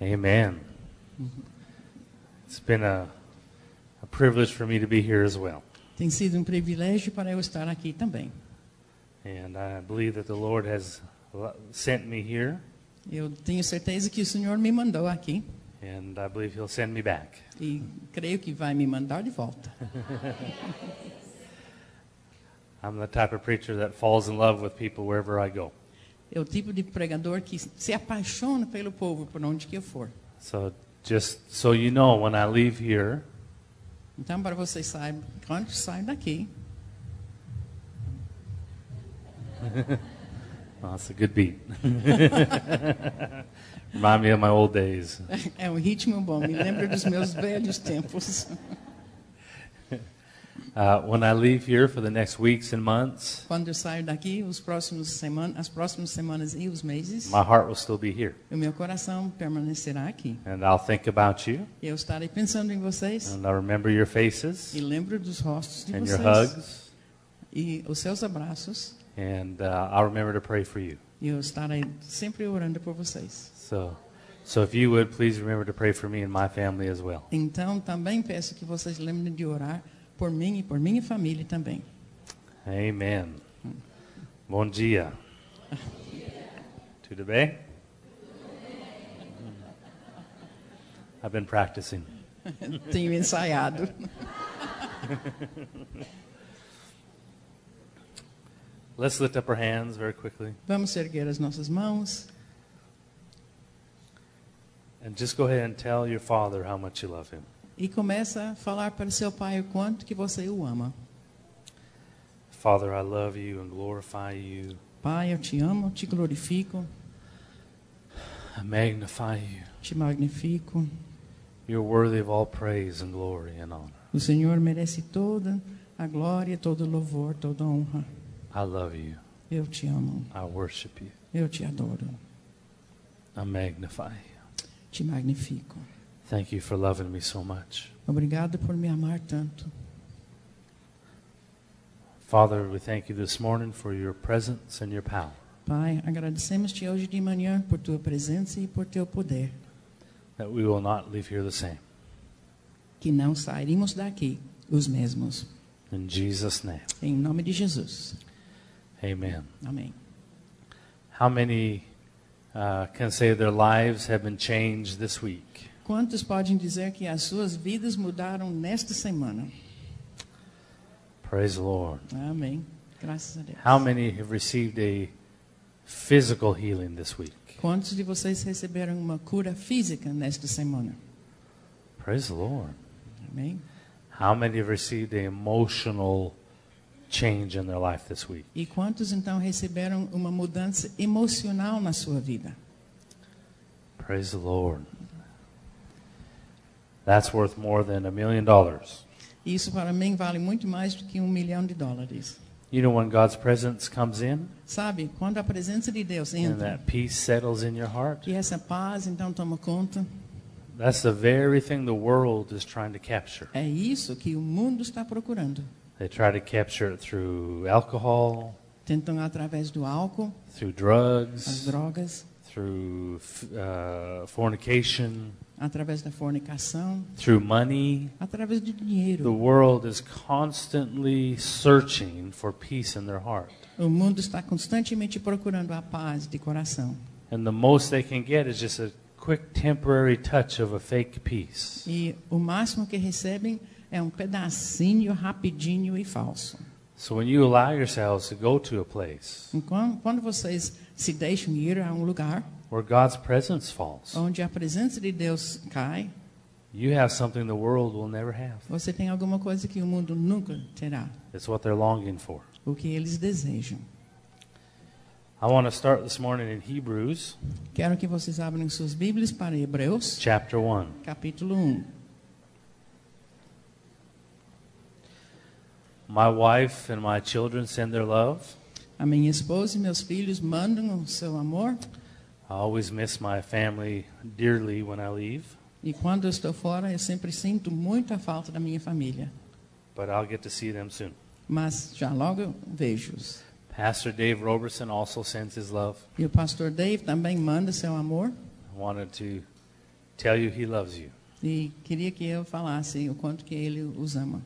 Amen. It's been a, a privilege for me to be here as well. Tem sido um privilégio para eu estar aqui também. And I believe that the Lord has l- sent me here, Eu tenho certeza que o Senhor me mandou aqui and I believe He'll send me back. e creio que vai me mandar de volta. I'm the type of preacher that falls in love with people wherever I go. É o tipo de pregador que se apaixona pelo povo por onde que eu for. So, just so you know, when I leave here, Então, para vocês saibam, quando eu saio daqui, well, that's a good beat. Remind me of my old days. é um ritmo bom, me lembra dos meus velhos tempos. Uh, when I leave here for the next weeks and months, Quando eu saio daqui, os próximos semana, as próximas semanas e os meses, my heart will still be here, o meu coração permanecerá aqui. and I'll think about you, Eu estarei pensando em vocês and I'll remember your faces e lembro dos rostos de and your vocês hugs, e os seus abraços. and uh, I'll remember to pray for you. E eu estarei sempre orando por vocês. So, so if you would please remember to pray for me and my family as well. Então, também peço que vocês lembrem de orar por mim e por minha família também. Amen. Bom dia. Tudo bem? Mm. I've been practicing. Tenho ensaiado. Let's lift up our hands very quickly Vamos erguer as nossas mãos and just go ahead and tell your father how much you love him. e começa a falar para seu pai o quanto que você o ama. Father, I love you and glorify you. Pai, eu te amo, te glorifico, I magnify you. te magnifico. You're worthy of all praise and glory and honor. O Senhor merece toda a glória, todo o louvor, toda a honra. I love you. Eu te amo, I worship you. eu te adoro, I magnify you. te magnifico. Thank you for loving me so much. Obrigado por me amar tanto. Father, we thank you this morning for your presence and your power. Pai, agradecemos-te hoje de manhã por tua presença e por teu poder, that we will not leave here the same. que não sairemos daqui os mesmos. In Jesus' name, Em nome de Jesus. amen. Amém. How many uh, can say their lives have been changed this week? Quantos podem dizer que as suas vidas mudaram nesta semana? Praise the Lord. Amém. Graças a Deus. How many have received a physical healing this week? Quantos de vocês receberam uma cura física nesta semana? Praise the Lord. Amém. How many have received an emotional change in their life this week? E quantos então receberam uma mudança emocional na sua vida? Praise the Lord. That's worth more than a million dollars. Isso para mim vale muito mais do que um milhão de dólares. You know, when God's presence comes in Sabe, quando a presença de Deus and entra, that peace settles in your heart, E essa paz então toma conta. That's the very thing the world is trying to capture. É isso que o mundo está procurando. They try to capture it through alcohol, Tentam através do álcool, through as drugs, drogas, through f- uh, fornication, através da fornicação, through money. através do The dinheiro. world is constantly searching for peace in their heart. O mundo está constantemente procurando a paz de coração. And the most they can get is just a quick temporary touch of a fake peace. E o máximo que recebem é um pedacinho rapidinho e falso. So when you allow yourselves to go to a place Enquanto, Então, quando vocês se deixam ir a um lugar where God's presence falls, onde a presença de Deus cai, you have something the world will never have. você tem alguma coisa que o mundo nunca terá, It's what they're longing for. o que eles desejam. I want to start this morning in Hebrews Quero que vocês abram suas Bíblias para Hebreus, chapter 1. capítulo 1. My wife and my children send their love. A minha esposa e meus filhos mandam o seu amor, I always miss my family dearly when I leave, e quando eu estou fora, eu sempre sinto muito a falta da minha família. but I'll get to see them soon. Mas já logo eu vejo-os. Pastor Dave Roberson also sends his love. E o pastor Dave também manda seu amor. I wanted to tell you he loves you. E queria que eu falasse o quanto que ele os ama.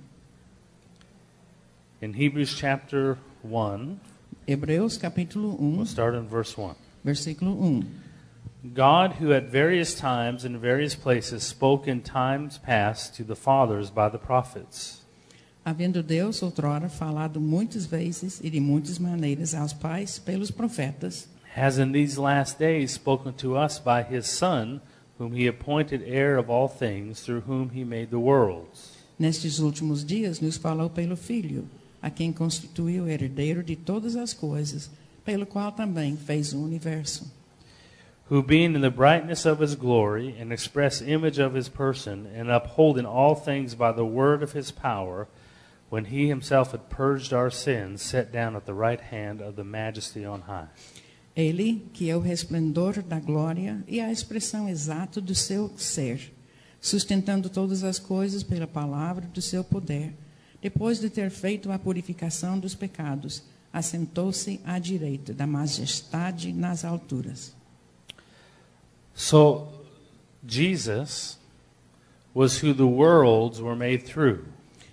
In Hebrews chapter 1, Hebreus capítulo we'll 1, start in verse 1. versículo 1. God, who at various times and various places spoke in times past to the fathers by the prophets, Havendo Deus outrora falado muitas vezes e de muitas maneiras aos pais pelos profetas, has in these last days spoken to us by his Son, whom he appointed heir of all things, through whom he made the worlds. nestes últimos dias nos falou pelo Filho, a quem constituiu herdeiro de todas as coisas, pelo qual também fez o universo. who being in the brightness of his glory and express image of his person and upholding all things by the word of his power when he himself had purged our sins sat down at the right hand of the majesty on high Ele, que é o resplendor da glória e a expressão exata do seu ser, sustentando todas as coisas pela palavra do seu poder, depois de ter feito a purificação dos pecados, assentou-se à direita da majestade nas alturas. so jesus was who the worlds were made through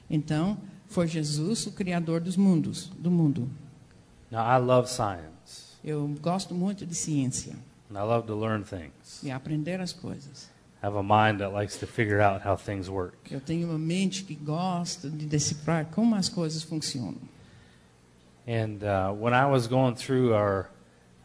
Então, foi Jesus o criador dos mundos, do mundo. now i love science Eu gosto muito de ciência and i love to learn things e aprender as coisas. i have a mind that likes to figure out how things work Eu tenho uma mente que gosta de decifrar como as coisas funcionam. And uh, when I was going through our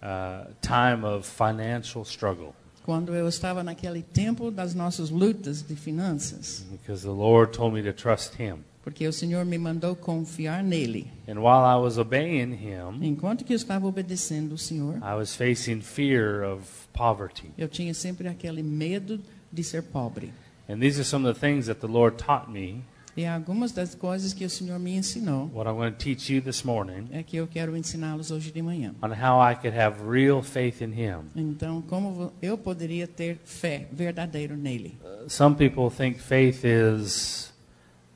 uh, time of financial struggle, quando eu estava naquele tempo das nossas lutas de finanças, because the Lord told me to trust Him. porque o Senhor me mandou confiar nele. And while I was obeying Him, Enquanto que eu estava obedecendo o Senhor, I was facing fear of poverty. eu tinha sempre aquele medo de ser pobre. And these are some of the things that the Lord taught me. E algumas das coisas que o Senhor me ensinou What I'm going to teach you this morning é que eu quero ensiná-los hoje de manhã. on how I could have real faith in Him. Então, como vo- eu poderia ter fé verdadeira nele? Uh, Some people think faith is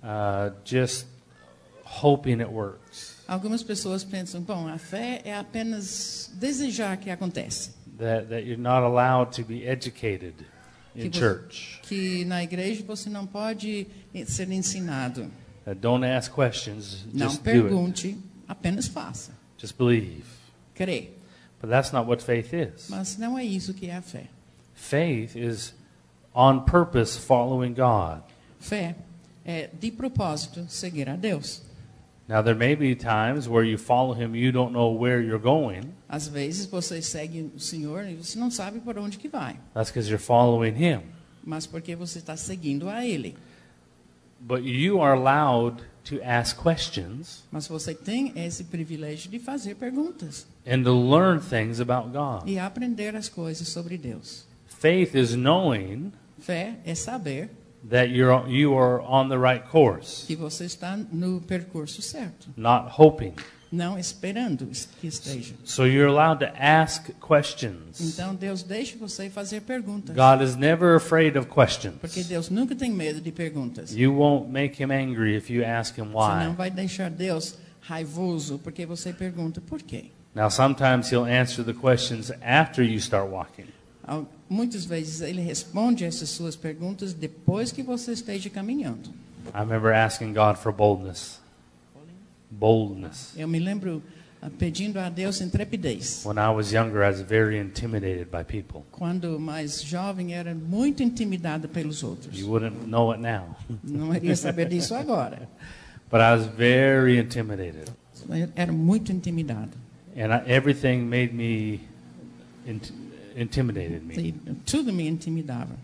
uh, just hoping it works, Algumas pessoas pensam, bom, a fé é apenas desejar que acontece. that, that you're not allowed to be educated in Que você- church. que na igreja você não pode ser ensinado. Uh, don't ask questions. Não Just do it. pergunte, apenas faça. Just believe. Crê. But that's not what faith is. Mas não é isso que é a fé. Faith is on purpose following God. Fé é, de propósito, seguir a Deus. Now, there may be times where you follow Him, you don't know where you're going. Às vezes você segue o Senhor e você não sabe por onde que vai, That's because you're following Him. mas porque você está seguindo a Ele. But you are allowed to ask questions Mas você tem esse privilégio de fazer perguntas and to learn things about God. e aprender as coisas sobre Deus. Faith is knowing Fé é saber that you're, you are on the right course, que você está no percurso certo, not hoping. não esperando que esteja. So you're allowed to ask questions. Então Deus deixa você fazer perguntas. God is never afraid of Porque questions. Deus nunca tem medo de perguntas. You won't make him angry if you ask him Você não why. vai deixar Deus raivoso porque você pergunta por quê. Now, sometimes he'll answer the questions after you start walking. Al- Muitas vezes ele responde essas suas perguntas depois que você esteja caminhando. I remember asking God for boldness. Boldness. Eu me lembro ah, pedindo a Deus intrepidez. When I was younger, I was very intimidated by people. Quando mais jovem era muito intimidada pelos outros. You wouldn't know it now, Não iria saber disso agora. but I was very intimidated. Era muito intimidado. And I, everything made me int intimidated me. E tudo me intimidava.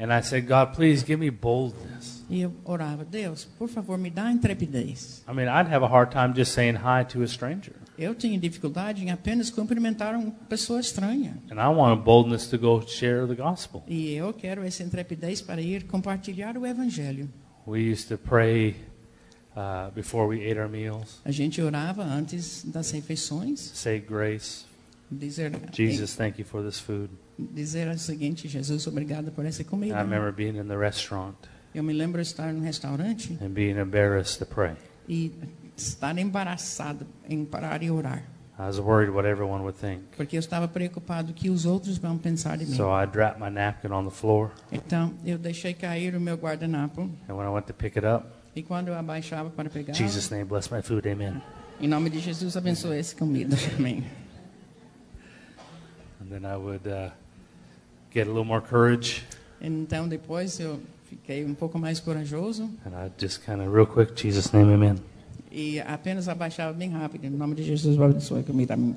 And I said, God, please give me boldness. E eu orava, Deus, por favor, me dá intrepidez. I mean, I'd have a hard time just saying hi to a stranger. Eu tinha dificuldade em apenas cumprimentar uma pessoa estranha. And I want a boldness to go share the gospel. E eu quero essa intrepidez para ir compartilhar o Evangelho. We used to pray uh, before we ate our meals, A gente orava antes das refeições, say grace. dizer, eh, Jesus, thank you for this food. dizer o seguinte: Jesus, obrigado por essa And I comida. remember being in the restaurant Eu me lembro estar num restaurante and being embarrassed to pray. e estar embaraçado em parar e orar. I was worried what everyone would think. porque eu estava preocupado que os outros vão pensar de mim. So I dropped my napkin on the floor, Então, eu deixei cair o meu guardanapo and when I went to pick it up, e quando eu abaixava para pegar, Jesus' name bless my food, amen. em nome de Jesus, abençoe essa comida. Amém. And then I would uh, get a little more courage, Então, depois eu fiquei um pouco mais corajoso and I'd just kind of real quick, Jesus' name, amen. e apenas abaixava bem rápido. Em nome de Jesus, abençoe a comida. Amém.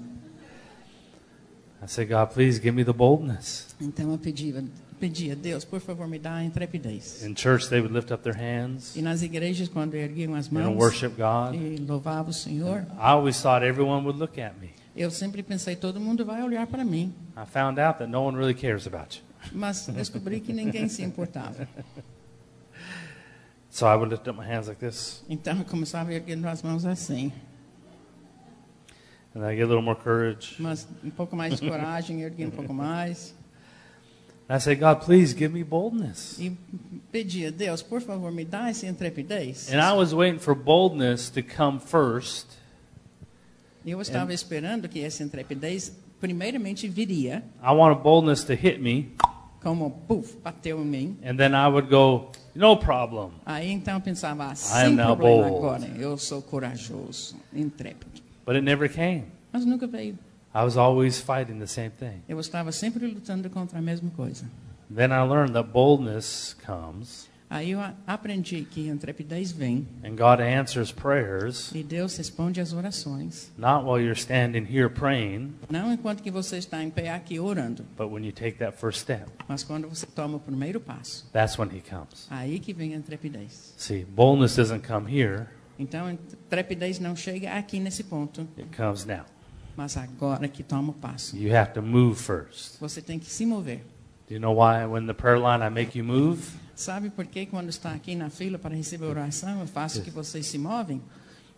I said, God, please give me the boldness. Então, eu pedia, pedia, Deus, por favor, me dá a intrepidez. In church, they would lift up their hands E nas igrejas, quando erguiam as and mãos worship God. e louvavam o Senhor, I always thought everyone would look at me. eu sempre pensei, todo mundo vai olhar para mim. I found out that no one really cares about you. Mas descobri que ninguém se importava. So I would lift up my hands like this, Então eu começava erguendo as mãos assim. and I get a little more courage. And Mas um pouco mais de coragem, erguia um pouco mais. I say, God, please give me boldness. E pedia, Deus, por favor, me dá essa intrepidez. And I was waiting for boldness to come first, E Eu estava esperando que essa intrepidez, primeiramente, viria, I wanted boldness to hit me, como, puf, bateu em mim. and then I would go, no problem. Aí então eu pensava, ah, I am sem now problema bold. agora, eu sou corajoso, intrépido. But it never came. Mas nunca veio. I was always fighting the same thing. Eu estava sempre lutando contra a mesma coisa. Then I learned that boldness comes, Aí eu a- aprendi que a intrepidez vem and God answers prayers, e Deus responde às orações. not while you're standing here praying, Não enquanto que você está em pé aqui orando, but when you take that first step. mas quando você toma o primeiro passo, That's when He comes. aí que vem a intrepidez. See, boldness doesn't come here, Então a intrepidez não chega aqui nesse ponto, it comes now. mas agora que toma o passo. You have to move first. Você tem que se mover. Do you know why when the prayer line I make you move? Sabe por que quando está aqui na fila para receber oração, eu faço que vocês se movem?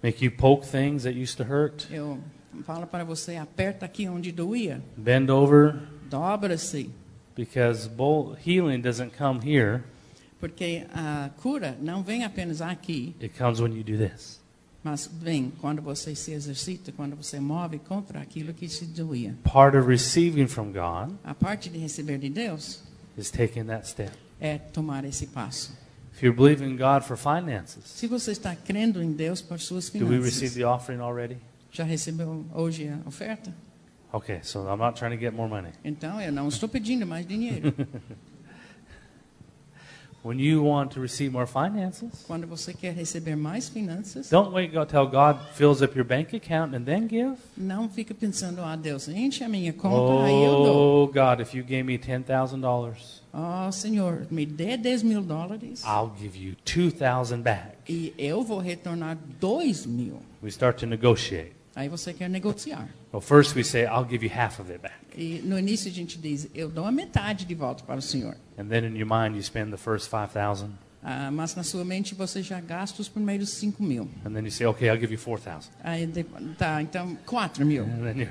Make you poke things that used to hurt, Eu falo para você, aperta aqui onde doía, bend over, dobra-se, because bold, healing doesn't come here. porque a cura não vem apenas aqui, It comes when you do this. mas vem quando você se exercita, quando você move contra aquilo que te doía. Part of receiving from God A parte de receber de Deus is taking that step. é tomar esse passo. If you're believing God for finances, Se você está crendo em Deus por suas do we receive finanças, the offering already? já recebeu hoje a oferta? Okay, so I'm not trying to get more money. Então eu não estou pedindo mais dinheiro. When you want to receive more finances, Quando você quer receber mais finanças, don't wait until God fills up your bank account and then give. não fica pensando, ah Deus, enche a minha conta, aí eu dou. Oh God, if you gave me ten thousand dollars, Ó Senhor, me dê 10 mil dólares I'll give you two thousand back. e eu vou retornar 2 mil. We start to negotiate. Aí você quer negociar. Well, first we say, I'll give you half of it back. E no início a gente diz, eu dou a metade de volta para o Senhor. And then in your mind you spend the first five thousand Ah, mas na sua mente você já gasta os primeiros 5 mil. and then you say, Okay, I'll give you four thousand. Aí, de- tá, então 4 mil. And then you,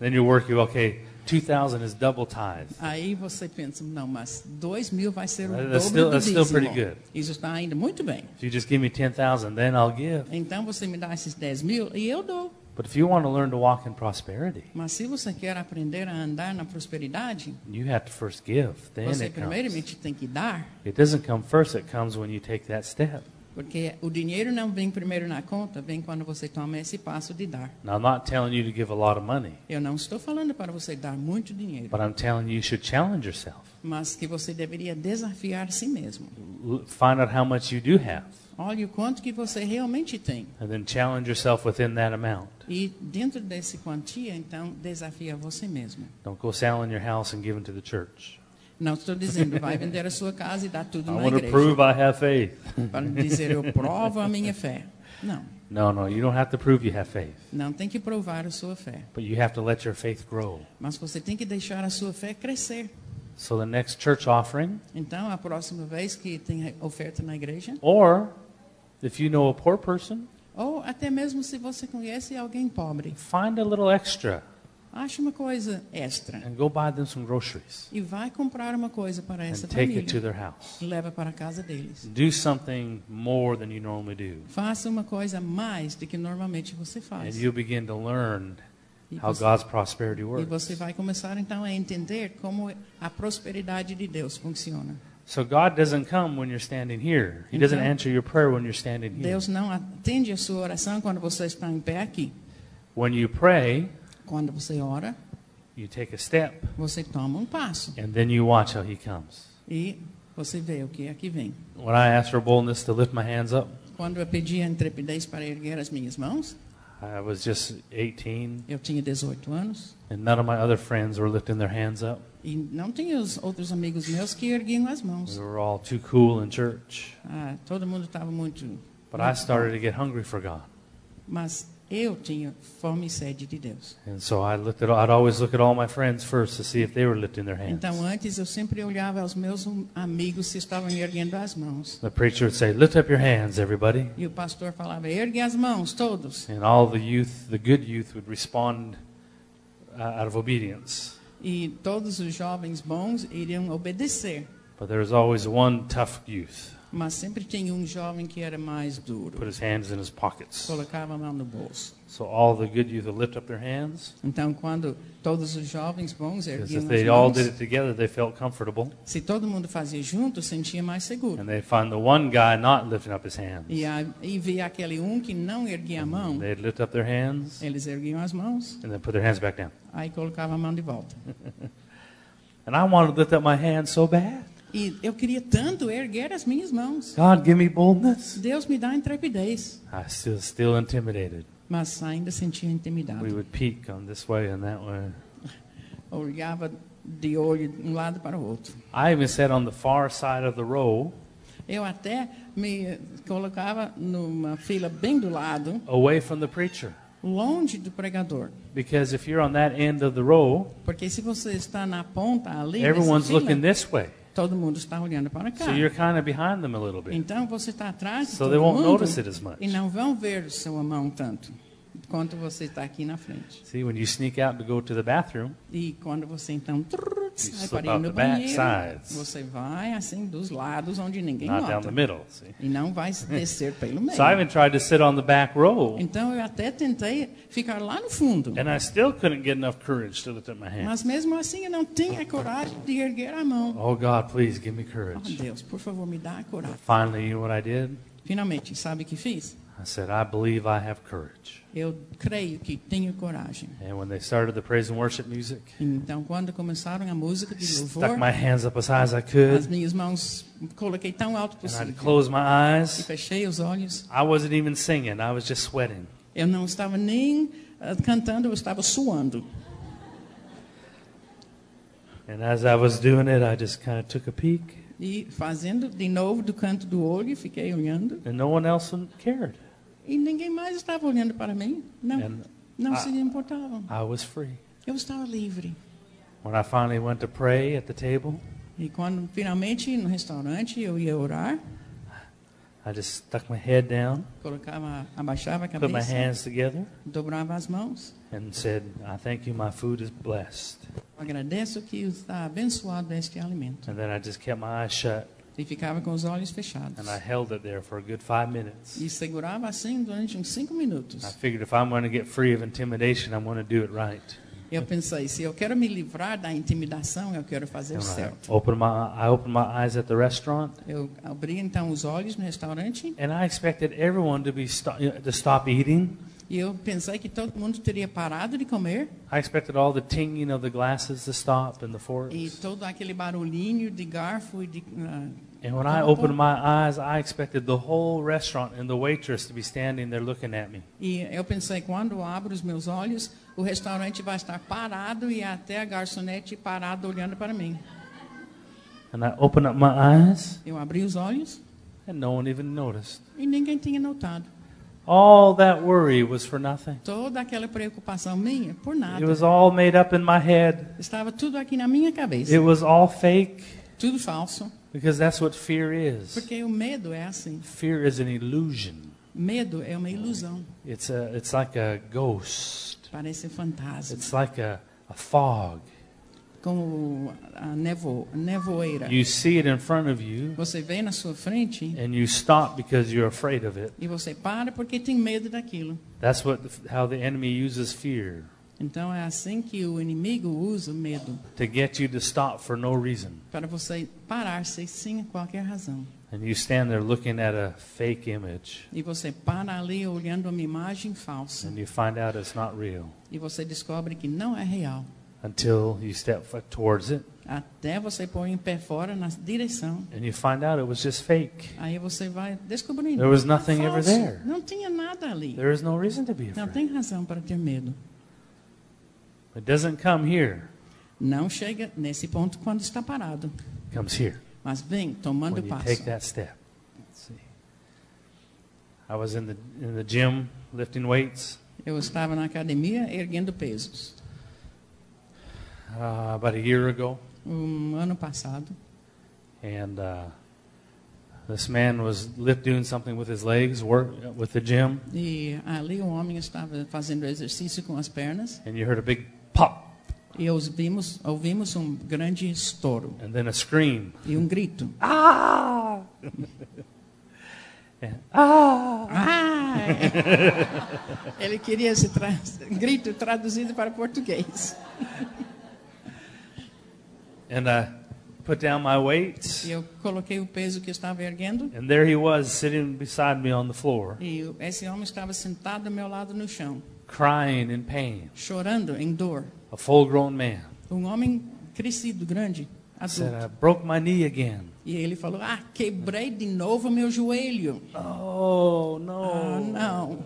then you work you okay. Two thousand is double tithe. Aí você pensa, não, mas 2 mil vai ser o That's dobro still- do that's still dízimo. pretty good. Isso está ainda muito bem. If you just give me ten thousand, then I'll give. Então você me dá esses 10 mil e eu dou. But if you want to learn to walk in prosperity, Mas se você quer aprender a andar na prosperidade, you have to first give. Then você it comes. primeiramente tem que dar. It doesn't come first. It comes when you take that step. Porque o dinheiro não vem primeiro na conta, vem quando você toma esse passo de dar. Now I'm not telling you to give a lot of money, Eu não estou falando para você dar muito dinheiro, but I'm telling you you should challenge yourself. mas que você deveria desafiar a si mesmo. L- find out how much you do have, Olhe o quanto que você realmente tem. and then challenge yourself within that amount. E dentro desse quantia, então, desafia você mesmo. Don't go selling your house and giving to the church. Não estou dizendo, vai vender a sua casa e dá tudo I na want to igreja. prove I have faith. Para dizer, eu provo a minha fé. Não, No, no, you don't have to prove you have faith, não tem que provar a sua fé. but you have to let your faith grow. Mas você tem que deixar a sua fé crescer. So the next church offering, Então, a próxima vez que tem oferta na igreja, or if you know a poor person, Ou até mesmo se você conhece alguém pobre, find a little extra ache uma coisa extra and go buy them some groceries e vai comprar uma coisa para essa and take it to família. their house. Leva para a casa deles. Do something more than you normally do, Faça uma coisa a mais do que normalmente você and faz. you'll begin to learn E how você, God's prosperity e você works. vai começar então a entender como a prosperidade de Deus funciona. So God doesn't come when you're standing here. He doesn't Então, answer your prayer when you're standing here. Deus não atende a sua oração quando você está em pé aqui. When you pray, Quando você ora, you take a step você toma um passo and then you watch how he comes. e você vê o que é que vem. When I asked for boldness to lift my hands up, Quando eu pedi a intrepidez para erguer as minhas mãos, I was just 18 eu tinha 18 anos and none of my other friends were lifting their hands up. e não tinha os outros amigos meus que erguiam as We mãos. were all too cool in church. Ah, todo mundo estava muito. But I started to get hungry for God. Mas eu tinha fome e sede de Deus. And so I looked at, I'd always look at all my friends first to see if they were lifting their hands. Então antes eu sempre olhava aos meus amigos se estavam erguendo as mãos. The preacher would say, Lift up your hands, everybody. E o pastor falava: ergue as mãos, todos. And all the youth, the good youth, would respond uh, out of obedience. E todos os jovens bons iriam obedecer. But there was always one tough youth Mas sempre tinha um jovem que era mais put duro, his hands in his pockets. colocava a mão no bolso. So all the good youth would lift up their hands. Então, quando todos os jovens bons Because erguiam if they all as did mãos, it together, they felt comfortable. se todo mundo fazia junto, sentia mais seguro. And they find the one guy not lifting up his hands. E, a, e via aquele um que não erguia a mão, They'd lift up their hands eles erguiam as mãos, and then put their hands back down. aí colocava a mão de volta. And I wanted to lift up my hands so bad. E eu queria tanto erguer as minhas mãos. God, give me boldness. Deus me dá intrepidez, I still still intimidated. mas ainda sentia We intimidade. would peek on this way and that way. Olhava de olho de um lado para o outro. I even sat on the far side of the row, Eu até me colocava numa fila bem do lado, away from the preacher, longe do pregador. because if you're on that end of the row, Porque se você está na ponta ali, nessa everyone's fila, looking this way, todo mundo está olhando para cá. so you're kind of behind them a little bit. Então você está atrás de So todo they won't mundo notice it as much. e não vão ver sua mão tanto quanto você está aqui na frente. See, when you sneak out to go to the bathroom, E quando você então trrr, sai slip para ir out no the back banheiro, sides. você vai assim dos lados onde ninguém not down nota the middle. See. e não vai descer pelo meio. So I even tried to sit on the back row, Então eu até tentei ficar lá no fundo. and I still couldn't get enough courage to lift up my hand. Mas mesmo assim eu não tinha coragem de erguer a mão. Oh God, please give me Oh, courage. Deus, por favor, me dá a coragem. Finally, you know what I did? Finalmente, sabe o que fiz? I said, I believe I have courage. Eu creio que tenho coragem. And when they started the praise and worship music, Então, quando começaram a música de stuck louvor, my hands up as high as I as could, minhas mãos coloquei tão alto and I'd possível close my e eyes. fechei os olhos. I wasn't even singing, I was just sweating. Eu não estava nem ah, cantando, eu estava suando. And as I was doing it, I just kind of took a peek, E fazendo de novo do canto do olho, fiquei olhando. and no one else cared. E ninguém mais estava olhando para mim. Não, And não I- se importavam. I was free. Eu estava livre. When I finally went to pray at the table, E quando finalmente no restaurante eu ia orar, I just stuck my head down, colocava, abaixava a put my cabeça, hands together, dobrava as mãos. and said, I thank you, my food is blessed. Agradeço que está abençoado este alimento. And then I just kept my eyes shut, E ficava com os olhos fechados. and I held it there for a good five minutes. E segurava assim durante uns cinco minutos. I figured if I'm going to get free of intimidation, I'm going to do it right. Eu pensei, se eu quero me livrar da intimidação, eu quero fazer o And I certo. opened my I opened my eyes at the restaurant, Eu abri então os olhos no restaurante and I expected everyone to be sto- you know, to stop eating. e eu pensei que todo mundo teria parado de comer I expected all the tinging of the glasses to stop and the forks. e todo aquele barulhinho de garfo e de ah, And when I opened my eyes, I expected the whole restaurant and the waitress to be standing there looking at me. E eu pensei, quando eu abro os meus olhos, o restaurante vai estar parado e até a garçonete parada olhando para mim. And I opened up my eyes, Eu abri os olhos and no one even noticed. e ninguém tinha notado. All that worry was for nothing. Toda aquela preocupação minha, por It nada. was all made up in my head. Estava tudo aqui na minha It cabeça. was all fake Tudo falso. because that's what fear is. Porque o medo é assim. Fear is an illusion. Medo é uma ilusão. It's a it's like a ghost. Parece fantasma. It's like a, a fog. Como a nevo, nevoeira. You see it in front of you Você vê na sua frente and you stop because you're afraid of it. e você para porque tem medo daquilo. That's what how the enemy uses fear. Então é assim que o inimigo usa o medo to get you to stop for no reason. para você parar sem sim qualquer razão. And you stand there looking at a fake image E você para ali olhando uma imagem falsa and you find out it's not real e você descobre que não é real. until you step fo- towards it Até você pôr em pé fora na direção. and you find out it was just fake. Aí você vai descobrindo. é There was nothing ever Falso. there. Não tinha nada ali. There is no reason to be Não afraid. tem razão para ter medo. It doesn't come here, Não chega nesse ponto quando está parado. it comes here Mas vem tomando when o you passo. take that step. Let's see. I was in the in the gym lifting weights Eu estava na academia erguendo pesos. uh, about a year ago, Um ano passado, and uh, this man was lift doing something with his legs, work with the gym, e ali o homem estava fazendo exercício com as pernas and you heard a big pop e os vimos, ouvimos um grande estouro and then a scream. e um grito. Ah! And, ah! Ah! Ele queria esse tra- grito traduzido para português. And I put down my weights, E eu coloquei o peso que eu estava erguendo and there he was sitting beside me on the floor, e o- esse homem estava sentado ao meu lado no chão, crying in pain. chorando em dor. A full grown man. Um homem crescido, grande, Said, I adulto. broke my knee again. E ele falou: Ah, quebrei de novo meu joelho. Oh, no. Ah, não.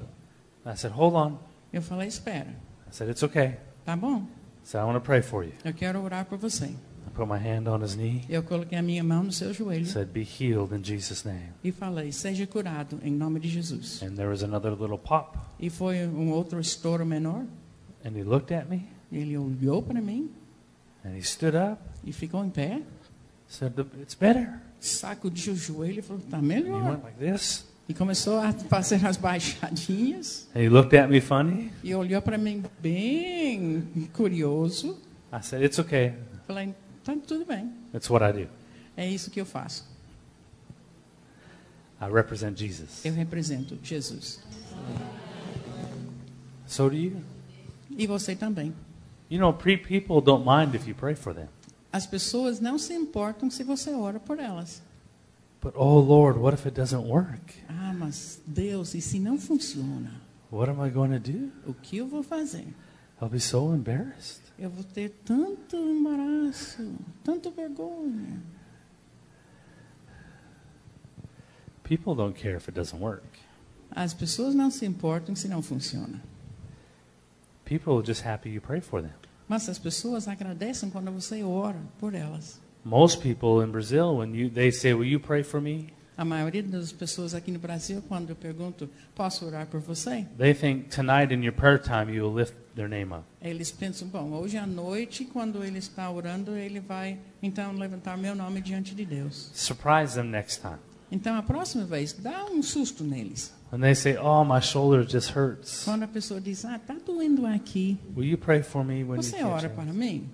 I said, Hold on. Eu falei: Espera, I said, It's okay. tá bom, I said, I want to pray for you. eu quero orar por você. I put my hand on his knee, Eu coloquei a minha mão no seu joelho said, Be healed in Jesus' name. e falei: Seja curado em nome de Jesus. And there was another little pop, E foi um outro estouro menor. and he looked at me, Ele olhou para mim and he stood up, e ficou em pé, said, It's better. sacudiu o joelho e falou: Tá And he melhor. went like this. E começou a fazer as baixadinhas And he looked at me funny. e olhou para mim bem curioso. I said, It's okay. Falei: Tá tudo bem. That's what I do. É isso que eu faço. I represent Jesus. Eu represento Jesus. So do you. E você também. You know, pre people don't mind if you pray for them. As pessoas não se importam se você ora por elas. But oh Lord, what if it doesn't work? Ah, mas Deus, e se não funciona? What am I going to do? O que eu vou fazer? I'll be so embarrassed. Eu vou ter tanto embaraço, tanta vergonha. People don't care if it doesn't work. As pessoas não se importam se não funciona. People are just happy you pray for them. Mas as pessoas agradecem quando você ora por elas. Most people in Brazil, when you they say, "Will you pray for me?" A maioria das pessoas aqui no Brasil, quando eu pergunto, posso orar por você? they think tonight in your prayer time you will lift their name up. Eles pensam, bom, hoje à noite, quando ele está orando, ele vai então levantar meu nome diante de Deus. Surprise them next time Então a próxima vez, dá um susto neles. when they say, "Oh, my shoulder just hurts." Quando a pessoa diz, ah, tá doendo aqui, Will you pray for me when você you can't ora change?" para mim?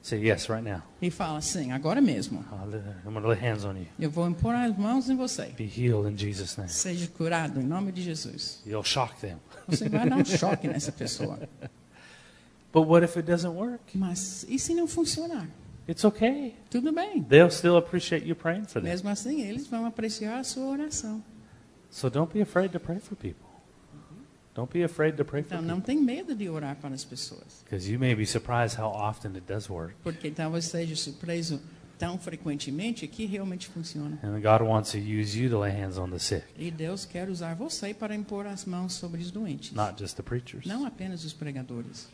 Say yes right now. E fala assim, agora mesmo, I'll li- I'm going to lay hands on you. eu vou impor as mãos em você. Be healed in Jesus' name. Seja curado em nome de Jesus. You'll shock them. Você vai dar um choque nessa pessoa. But what if it doesn't work? Mas e se não funcionar? It's okay. Tudo bem. They'll still appreciate you praying for them. Mesmo assim, eles vão apreciar a sua oração. So don't be afraid to pray for people. Don't be afraid to pray for Então people. não tem medo de orar para as pessoas. Because you may be surprised how often it does work. Porque talvez seja surpreso tão frequentemente que realmente funciona. And God wants to use you to lay hands on the sick, E Deus quer usar você para impor as mãos sobre os doentes. not just the preachers. Não apenas os pregadores.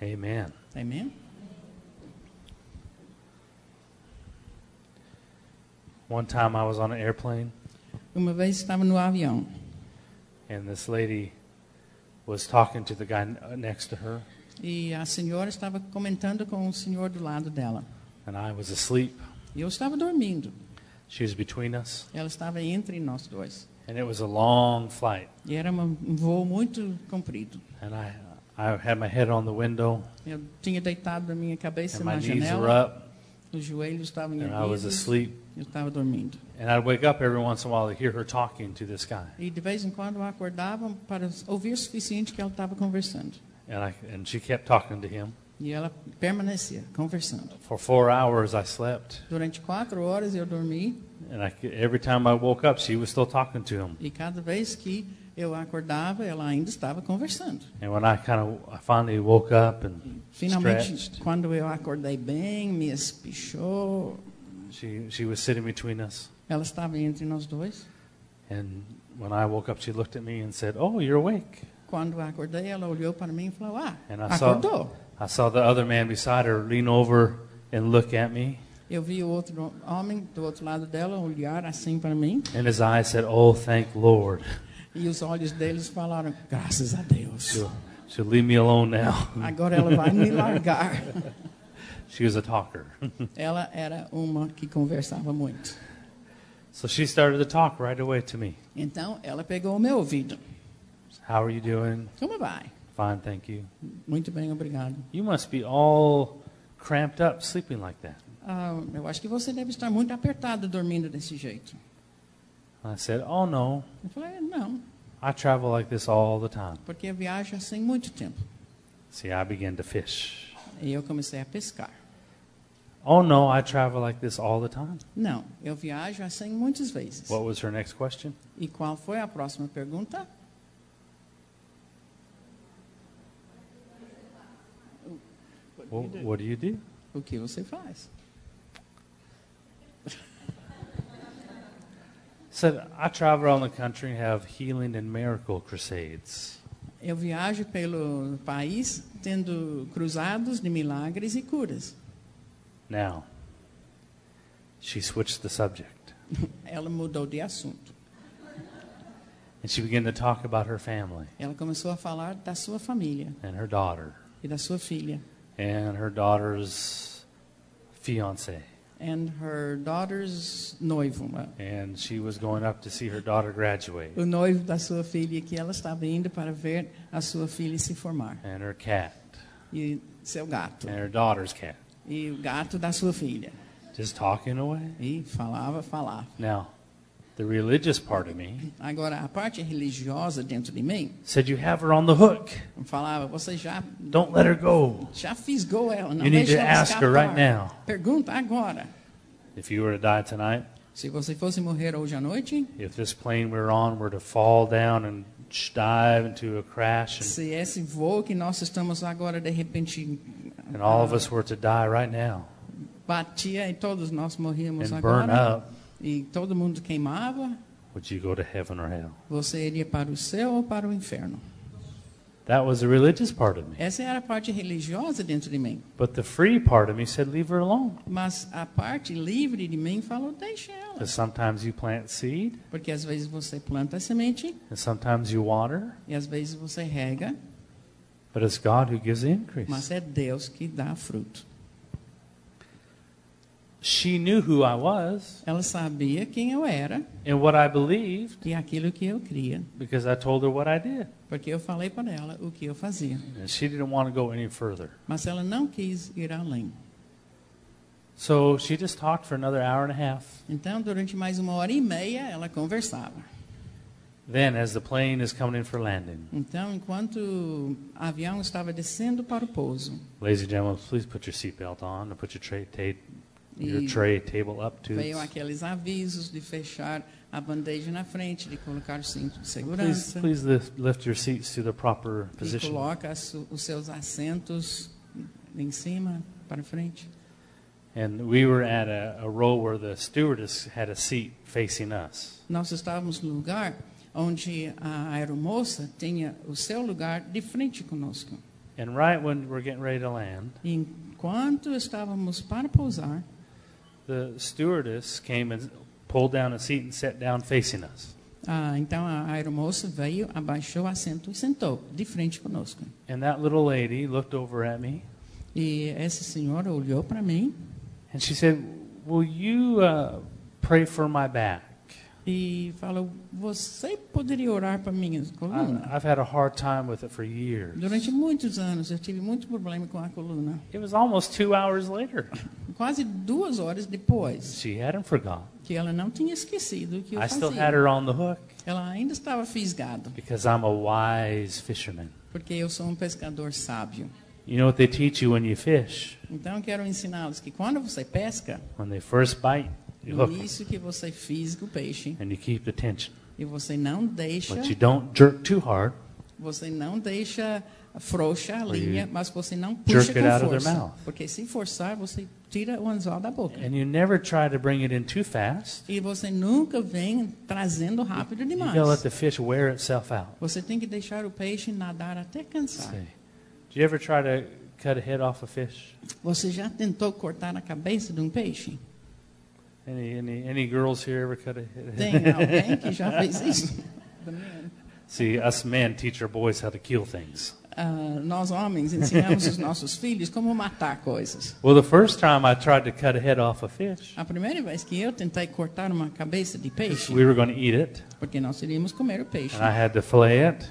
Tá Amen. Amém? One time I was on an airplane, Uma vez estava no avião and this lady was talking to the guy n- uh, next to her, e a senhora estava comentando com o senhor do lado dela. and I was asleep. E eu estava dormindo. She was between us, Ela estava entre nós dois. and it was a long flight. E era uma- um voo muito comprido. And I, I had my head on the window, Eu tinha deitado a minha cabeça and my na knees were janela, up, os joelhos estavam and I was erguidos, asleep. eu estava dormindo. And I'd wake up every once in a while to hear her talking to this guy. E de vez em quando eu acordava para ouvir o suficiente que ela estava conversando. And, I, and she kept talking to him. E ela permanecia conversando. For four hours, I slept. Durante quatro horas eu dormi And I, every time I woke up, she was still talking to him. e cada vez que eu acordava, ela ainda estava conversando. And when I kind of I finally woke up and Finalmente, stretched, quando eu acordei bem, me espichou. she, she was sitting between us. Ela estava entre nós dois. And when I woke up, she looked at me and said, Oh, you're awake. Quando eu acordei, ela olhou para mim e falou: Ah, And I saw, acordou. I saw the other man beside her lean over and look at me. Eu vi o outro homem do outro lado dela olhar assim para mim And his eyes said, Oh, thank Lord. e os olhos deles falaram: Graças a Deus. She'll, she'll leave me alone now. Agora ela vai me largar. She was a talker. Ela era uma que conversava muito. So she started to talk right away to me. Então ela pegou o meu ouvido. How are you doing? Como vai? Fine, thank you. Muito bem, obrigado. You must be all cramped up sleeping like that. Ah, eu acho que você deve estar muito apertado dormindo desse jeito. I said, Oh, no. Eu falei: Não, I travel like this all the time. porque eu viajo assim muito tempo. See, I began to fish. E eu comecei a pescar. Oh, no, I travel like this all the time. Não, eu viajo assim muitas vezes. What was her next question? E qual foi a próxima pergunta? Well, what do you do? O que você faz? said, I travel around the country and have healing and miracle crusades. Eu viajo pelo país tendo cruzados de milagres e curas. Now, she switched the subject Ela mudou de assunto. and she began to talk about her family Ela começou a falar da sua família and her daughter e da sua filha. and her daughter's fiance. And her daughter's noivo. né? And she was going up to see her daughter graduate O noivo da sua filha que ela estava indo para ver a sua filha se formar. and her cat E seu gato. and her daughter's cat. E o gato da sua filha. Just talking away. E falava, falava. Now, the religious part of me Agora, a parte religiosa dentro de mim said, You have her on the hook. falava, você já Don't let her go. Já fisgou ela, não You need deixa to ela ask her escapar. right now. Pergunta agora. If you were to die tonight, Se você fosse morrer hoje à noite, If this plane we're on were to fall down and sh- dive into a crash and, se esse voo que nós estamos agora de repente and all of us were to die right now batia e todos nós morríamos and burn agora up, e todo mundo queimava, would you go to heaven or hell? você iria para o céu ou para o inferno? That was the religious part of me. Essa era a parte religiosa dentro de mim, But the free part of me said, leave her alone. mas a parte livre de mim falou deixa ela, Because sometimes you plant seed, porque às vezes você planta a semente and sometimes you water, e às vezes você rega, but it's God who gives the mas increase. é Deus que dá fruto. She knew who I was Ela sabia quem eu era and what I believed e aquilo que eu cria, because I told her what I did. porque eu falei para ela o que eu fazia, And she didn't want to go any further. mas ela não quis ir além. So she just talked for another hour and a half. Então, durante mais uma hora e meia, ela conversava. Then, as the plane is coming in for landing, Então, enquanto o avião estava descendo para o pouso, ladies and gentlemen, please put your seatbelt on and put your tray, ta- your E- tray table up to. veio aqueles avisos de fechar a bandeja na frente, de colocar o cinto de Please, segurança, please lift, lift your seats to the proper e position. coloca su- os seus assentos em cima, para frente. And we were at a, a row where the stewardess had a seat facing us. Nós estávamos no lugar onde a aeromoça tinha o seu lugar de frente conosco. And right when we're getting ready to land, E enquanto estávamos para pousar, the stewardess came and pulled down a seat and sat down facing us. ah, então a aeromoça veio, abaixou o assento e sentou de frente conosco. And that little lady looked over at me E essa senhora olhou para mim and she said, "Will you uh, pray for my back?" e falou: Você poderia orar para minha coluna? I, I've had a hard time with it for years. Durante muitos anos eu tive muito problema com a coluna. It was almost two hours later. Quase duas horas depois, She hadn't forgotten. que ela não tinha esquecido o que eu I still fazia. had her on the hook Ela ainda estava fisgada. because I'm a wise fisherman. porque eu sou um pescador sábio. You know what they teach you when you fish? Então eu quero ensiná-los que quando você pesca, When they first bite, you no hook início que você fisga o peixe and you keep the tension. e você não deixa, But you don't jerk too hard, você não deixa frouxa a linha, you mas você não jerk puxa it com out of their força, mouth. porque se forçar você tira o anzol da boca. and you never try to bring it in too fast. E você nunca vem trazendo rápido You gotta let demais. the fish wear itself out. Você tem que deixar o peixe nadar até See. cansar. Do you ever try to cut a head off a fish? Você já tentou cortar a cabeça de um peixe? Any any any girls here ever cut a head? Tem alguém que já fez isso? See, us men teach our boys how to kill things. Ah, nós homens ensinamos os nossos filhos como matar coisas. Well, the first time I tried to cut a head off a fish, A primeira vez que eu tentei cortar uma cabeça de peixe, we were going to eat it, porque nós iríamos comer o peixe, and I had to fillet it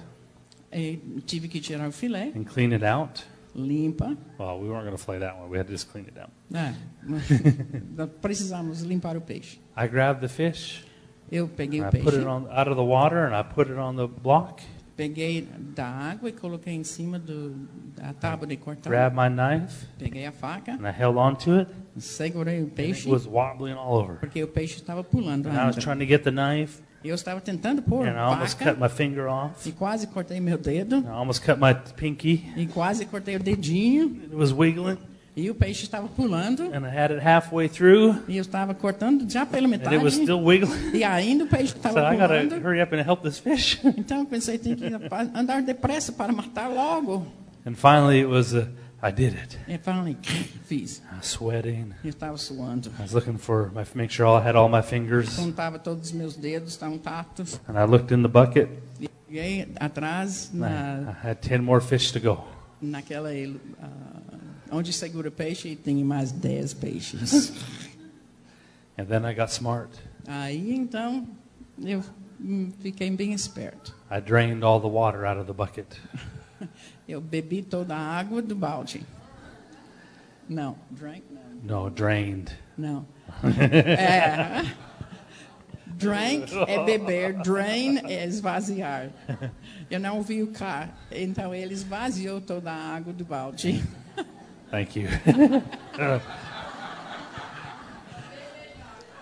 e tive que tirar o filé, and clean it out. limpa. Well, we weren't going to fillet that one. We had to just clean it out. Ah, nós precisamos limpar o peixe. I grabbed the fish Eu peguei and o I put peixe, it on out of the water and I put it on the block. peguei da água e coloquei em cima do, da tábua de cortar. Grabbed my knife Peguei a faca, and I held onto it. segurei And o it peixe, was wobbling all over. porque o peixe estava pulando And I was ainda. trying to get the knife Eu estava tentando pôr and I almost faca cut my finger off. e quase cortei meu dedo And I almost cut my pinky. e quase cortei o dedinho It was wiggling e o peixe estava pulando and I had it halfway through e eu estava cortando já pela and metade it was still wiggling. e ainda o peixe So estava I got pulando. to hurry up and help this fish. Então eu pensei tem que andar depressa para matar logo. And finally, it was, uh, I did it. E falei, fiz. I was sweating. Eu estava suando. I was looking for, my, make sure I had all my fingers. Contava todos os meus dedos, estavam tatos. And I looked in the bucket. E Cheguei atrás and I, na, I had 10 more fish to go. naquela ah, onde segura peixe e tem mais 10 peixes. And then I got smart. Aí então eu hum, fiquei bem esperto. I drained all the water out of the bucket. Eu bebi toda a água do balde. Não, drank não. No, drained. Não. É. Drank é beber, drain é esvaziar. Eu não ouvi o K, então ele esvaziou toda a água do balde. Thank you.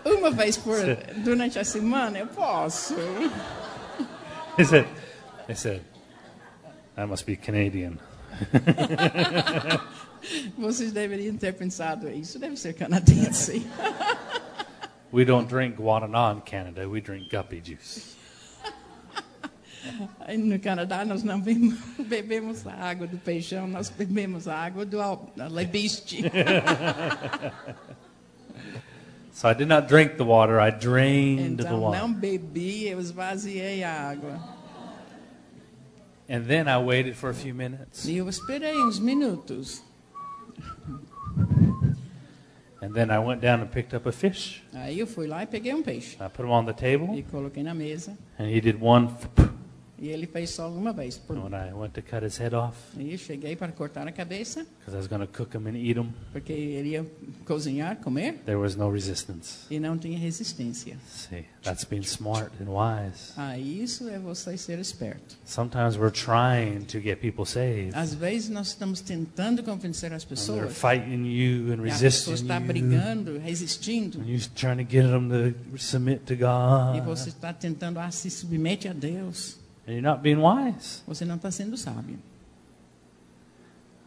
Uma vez por durante a semana eu posso. They said, they said, I must be Canadian. Vocês deveriam ter pensado isso deve ser canadense. We don't drink Guaraná in Canada. We drink guppy juice. Aí No Canadá nós não bem- bebemos a água do feijão, nós bebemos a água do al- da lebiste. So I did not drink the water. I drained the Então water. não bebi, eu esvaziei a água. And then I waited for a few minutes. E eu esperei uns minutos. And then I went down and picked up a fish. Aí eu fui lá e peguei um peixe. And I put him on the table. E coloquei na mesa. And he did one. E ele fez só uma vez. And when I went to cut his head off, E eu cheguei para cortar a cabeça, because I was going to cook him and eat him, porque ele ia cozinhar, comer, there was no resistance. e não tinha resistência. See, that's being smart and wise. Ah, isso é você ser esperto. Sometimes we're trying to get people saved. Às vezes nós estamos tentando convencer as And they're pessoas. fighting you and E a pessoa resisting está you. brigando, resistindo. And you're trying to get them to submit to E God. você está tentando, ah, se submete a Deus. And you're not being wise. Você não está sendo sábio.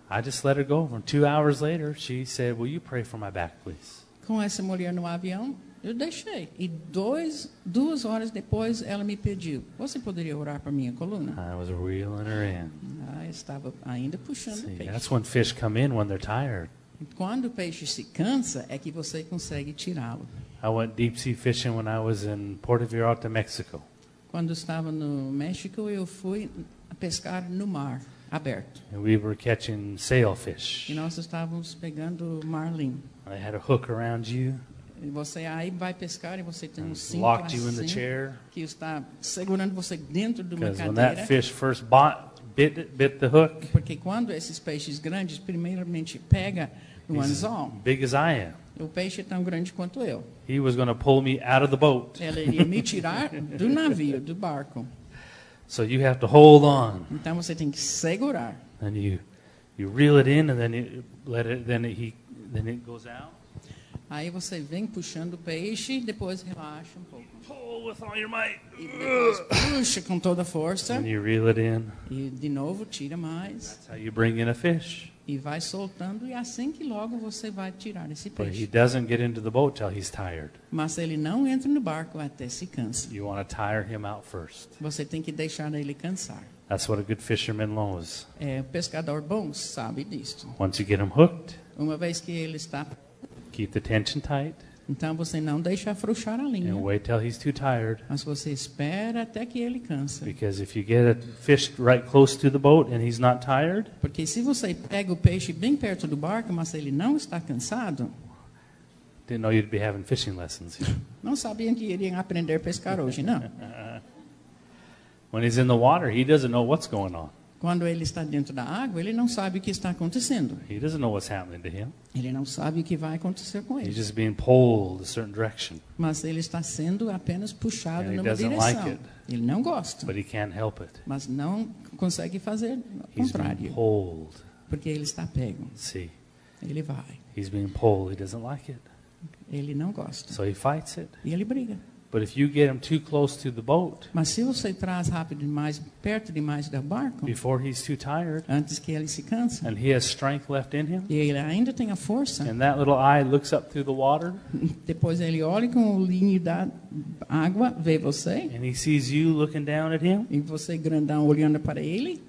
I just let her go. And two hours later, she said, Will you pray for my back, please? com essa mulher no avião, eu deixei. E dois, duas horas depois, ela me pediu: Você poderia orar para minha coluna? I was reeling her in. Ah, eu estava ainda puxando o See, peixe. that's when fish come in when they're tired. Quando o peixe se cansa, é que você consegue tirá-lo. I went deep sea fishing when I was in Puerto Vallarta, Mexico. Quando estava no México, eu fui pescar no mar aberto. And we were catching sailfish. E nós estávamos pegando marlim. They had a hook around you, E Você aí vai pescar e você tem and um cinto locked you in the assim, chair. que está segurando você dentro de uma Because when that cadeira. fish first bought, bit, it- bit the hook, Porque quando esses peixes grandes, primeiramente pega no he's as anzol, big as I am. o peixe é tão grande quanto eu. He was going to pull me out of the boat. Ela iria me tirar do navio, do barco. So you have to hold on, Então você tem que segurar. and you you reel it in, and then you let it. Then it, he then it goes out. Aí você vem puxando o peixe, depois relaxa um pouco. Pull with all your might, E depois puxa com toda a força and you reel it in. e de novo tira mais That's how you bring in a fish. e vai soltando e assim que logo você vai tirar esse But he peixe. doesn't get into the boat till he's tired. Mas ele não entra no barco até se cansa. You want to tire him out first. Você tem que deixar ele cansar. That's what a good fisherman knows. É, o pescador bom sabe disso. Once you get him hooked, Uma vez que ele está, keep the tension tight então você não deixa afrouxar a linha, and wait till he's too tired. mas você espera até que ele cansa. Because if you get a fish right close to the boat and he's not tired, Porque se você pega o peixe bem perto do barco, mas ele não está cansado, didn't know you'd be having fishing lessons. não sabiam que iriam aprender a pescar hoje, não. when he's in the water, he doesn't know what's going on. Quando ele está dentro da água, ele não sabe o que está acontecendo. He doesn't know what's happening to him. Ele não sabe o que vai acontecer com He's ele. just being pulled a certain direction, Mas ele está sendo apenas puxado And he numa doesn't direção. like it. Ele não gosta, but he can't help it. mas não consegue fazer o He's being contrário, pulled. porque ele está pego. See, Ele vai. he's being pulled. He doesn't like it. Ele não gosta. So he fights it. E ele briga. But if you get him too close to the boat Mas se você traz rápido demais, perto demais do barco, before he's too tired antes que ele se canse, and he has strength left in him, e ele ainda tem a força, and that little eye looks up through the water depois ele olha com o linho da água, vê você, and he sees you looking down at him, e você grandão olhando para ele,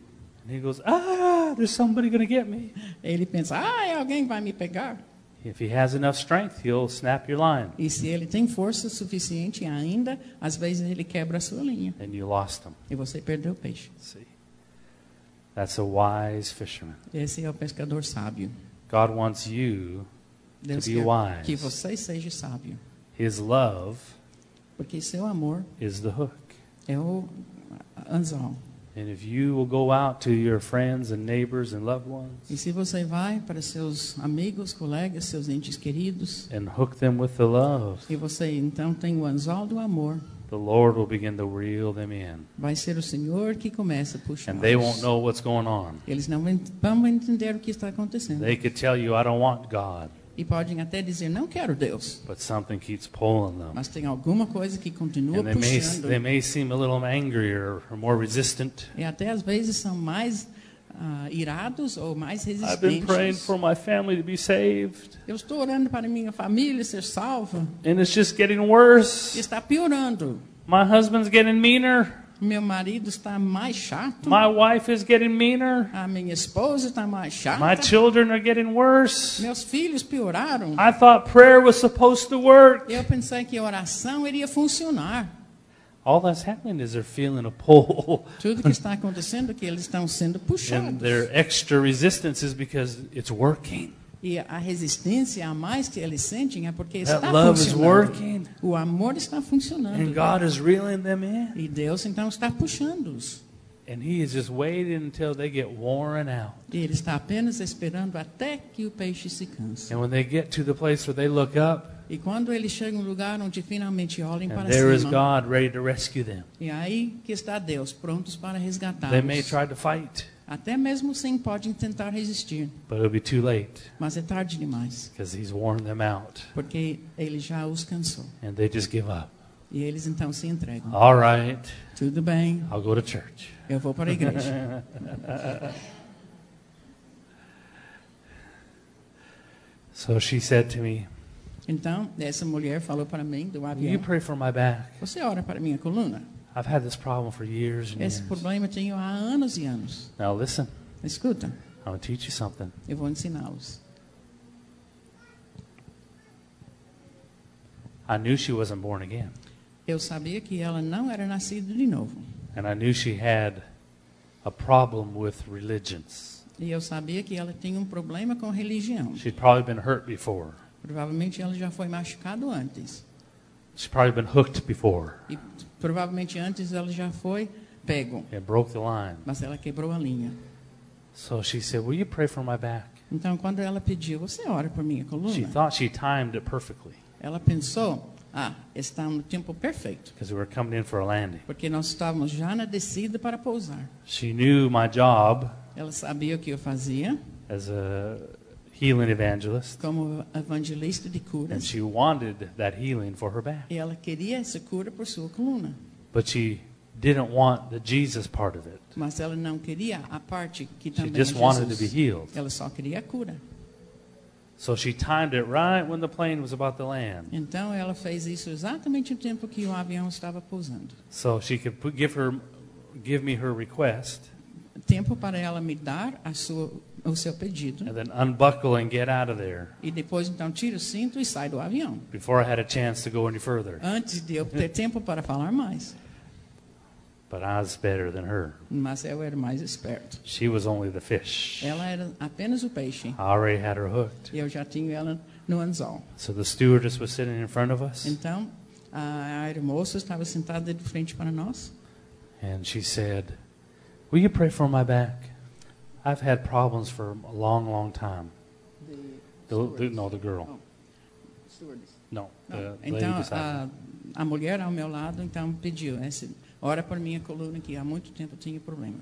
and he goes, Ah, there's somebody going to get me. ele pensa, ah, é alguém que vai me pegar. If he has enough strength, he'll snap your line, E se ele tem força suficiente ainda, às vezes ele quebra a sua linha, and you lost him. e você perdeu o peixe. See, that's a wise fisherman. Esse é o pescador sábio. God wants you Deus be quer wise. que você seja sábio, His love porque seu amor is the hook. é o anzol. And if you will go out to your friends and neighbors and loved E ones se você vai para seus amigos, colegas, seus entes queridos, and hook them with the love, e você então tem o anzol do amor, the Lord will begin to reel them in. vai ser o Senhor que começa a puxar. And they won't know what's going on. Eles não ent- vão entender o que está acontecendo. They could tell you, I don't want God, E podem até dizer, não quero Deus. but something keeps pulling them. Mas tem alguma coisa que continua And they may, puxando. they may seem a little angrier or more resistant. E até às vezes são mais ah, irados ou mais I've been praying resistentes. for my family to be saved, Eu estou orando para minha família ser salva. and it's just getting worse. Está piorando. My husband's getting meaner. Meu marido está mais chato. My wife is getting meaner. A minha esposa está mais My chata. children are getting worse. Meus filhos pioraram. I thought prayer was supposed to work. Eu pensei que a oração iria funcionar. All that's happening is they're feeling a pull, Tudo que está acontecendo é que eles estão sendo and puxados. their extra resistance is because it's working. E a resistência a mais que eles sentem é porque está That love is funcionando. working, O amor está and funcionando. God is reeling them in. E Deus então está puxando-os. And He is just waiting until they get worn out. E Ele está apenas esperando até que o peixe se canse. And when they get to the place where they look up, E quando ele chega um lugar onde finalmente olhem and para there is cima, God ready to rescue them, e é aí que está Deus, prontos para they may resgatá-los. try to fight, Até mesmo sim podem tentar resistir, but it'll be too late mas é tarde demais, because He's worn them out, porque ele já os cansou. and they just give up. E eles então se entregam. All right, Tudo bem, I'll go to church. eu vou para a igreja. So she said to me, Então, essa mulher falou para mim do "Will you avião. pray for my back? Você ora para minha coluna? I've had this problem for years and Esse years." problema eu tenho há anos e anos. Now listen, Escuta, I'm going to teach you something. eu vou ensiná-los. I knew she wasn't born again, Eu sabia que ela não era nascida de novo. and I knew she had a problem with religions. E eu sabia que ela tinha um problema com religião. She'd probably been hurt before. Provavelmente ela já foi machucada antes. She's probably been hooked before. E provavelmente antes ela já foi pego, It broke the line. mas ela quebrou a linha. So she said, Will you pray for my back? Então, quando ela pediu, você ora por minha She coluna? thought she timed it perfectly. Ela pensou, Ah, está no tempo perfeito, because we were coming in for a landing. porque nós estávamos já na descida para pousar. She knew my job Ela sabia o que eu fazia as a healing evangelist, como evangelista de and curas, she wanted that healing for her back. e ela queria essa cura por sua coluna, But she didn't want the Jesus part of it. mas ela não queria a parte que She também é just wanted to be Jesus. healed. Ela só queria a cura. So she timed it right when the plane was about to land, Então ela fez isso exatamente no tempo que o avião estava pousando. so she could put, give her, give me her request, Tempo para ela me dar a sua, o seu pedido. and then unbuckle and get out of there E depois, então, tira o cinto e sai do avião. before I had a chance to go any further. Antes de eu ter tempo para falar mais. But I was better than her. Mas eu era mais esperto. She was only the fish. Ela era apenas o peixe. I already had her hooked. E eu já tinha ela no anzol. So the stewardess was sitting in front of us, Então, a aeromoça estava sentada de frente para nós. and she said, "Will you pray for my back? I've had problems for a long, long time." The, the, no, the girl. No, Oh. the É, lady Então, beside me. a, a mulher ao meu lado, então, pediu. Essa, ora por minha coluna, que há muito tempo eu tinha problema.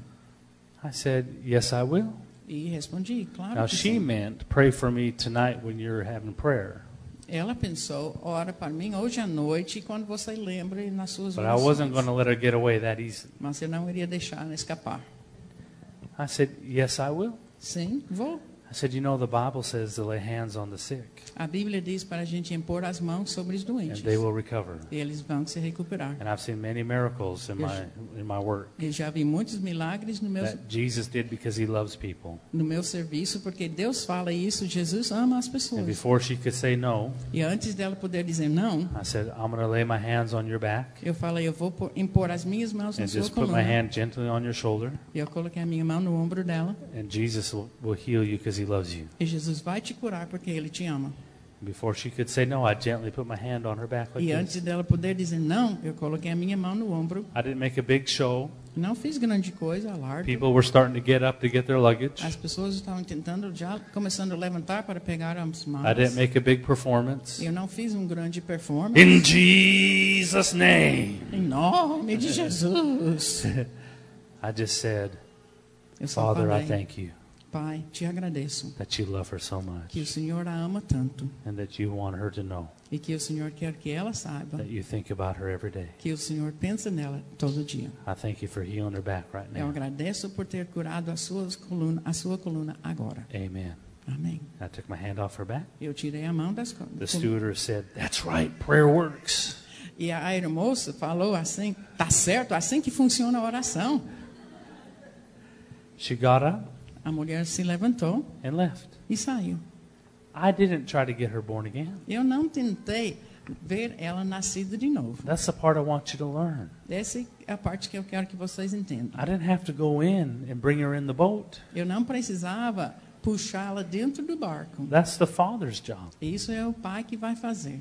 I said, "Yes, I will." E respondi, claro Now que she sim. meant pray for me tonight when you're having prayer, Ela pensou, ora para mim hoje à noite, quando você lembra nas suas but I wasn't going orações. to let her get away that easy. Mas eu não iria deixar ela escapar. I said, "Yes, I will." Sim, vou. I said, "You know the Bible says to lay hands on the sick A Bíblia diz para a gente impor as mãos sobre os and doentes. they will recover." E eles vão se recuperar. And I've seen many miracles in my in my work Eu já vi muitos milagres no meu, that Jesus did because he loves people. no meu serviço, porque Deus fala isso, Jesus ama as And pessoas. before she could say no, E antes dela poder dizer não, I said, "I'm going to lay my hands on your back eu falei, eu vou pôr- impor as minhas mãos na and sua just put my coluna. hand gently on your shoulder, E eu coloquei a minha mão no ombro dela. and Jesus will, will heal you because he loves you." E Jesus vai te curar porque Ele te ama. Before she could say no, I gently put my hand on her back like E this. antes dela poder dizer não, eu coloquei a minha mão no ombro. I didn't make a big show. Não fiz grande coisa, alarde. People were starting to get up to get their luggage. As pessoas estavam tentando já começando a levantar para pegar as mãos. I didn't make a big performance. Eu não fiz um grande performance. In Jesus' name. Em nome de Jesus. I just said, Eu só Father, I falei, thank you Pai, te agradeço that you love her so much que o Senhor a ama tanto and that you want her to know e que o Senhor quer que ela saiba that you think about her every day. que o Senhor pensa nela todo dia. I thank you for healing her back right Eu now. agradeço por ter curado a sua coluna, a sua coluna agora. Amen. Amém. I took my hand off her back. Eu tirei a mão das col- The col- stewardess said, That's right, prayer works. E a aeromoça falou assim: tá certo, assim que funciona a oração. She got up A mulher se levantou and left. e saiu. I didn't try to get her born again. Eu não tentei ver ela nascida de novo. That's the part I want you to learn. Essa é a parte que eu quero que vocês entendam. I didn't have to go in and bring her in the boat. Eu não precisava puxá-la dentro do barco. That's the Father's job. Isso é o pai que vai fazer.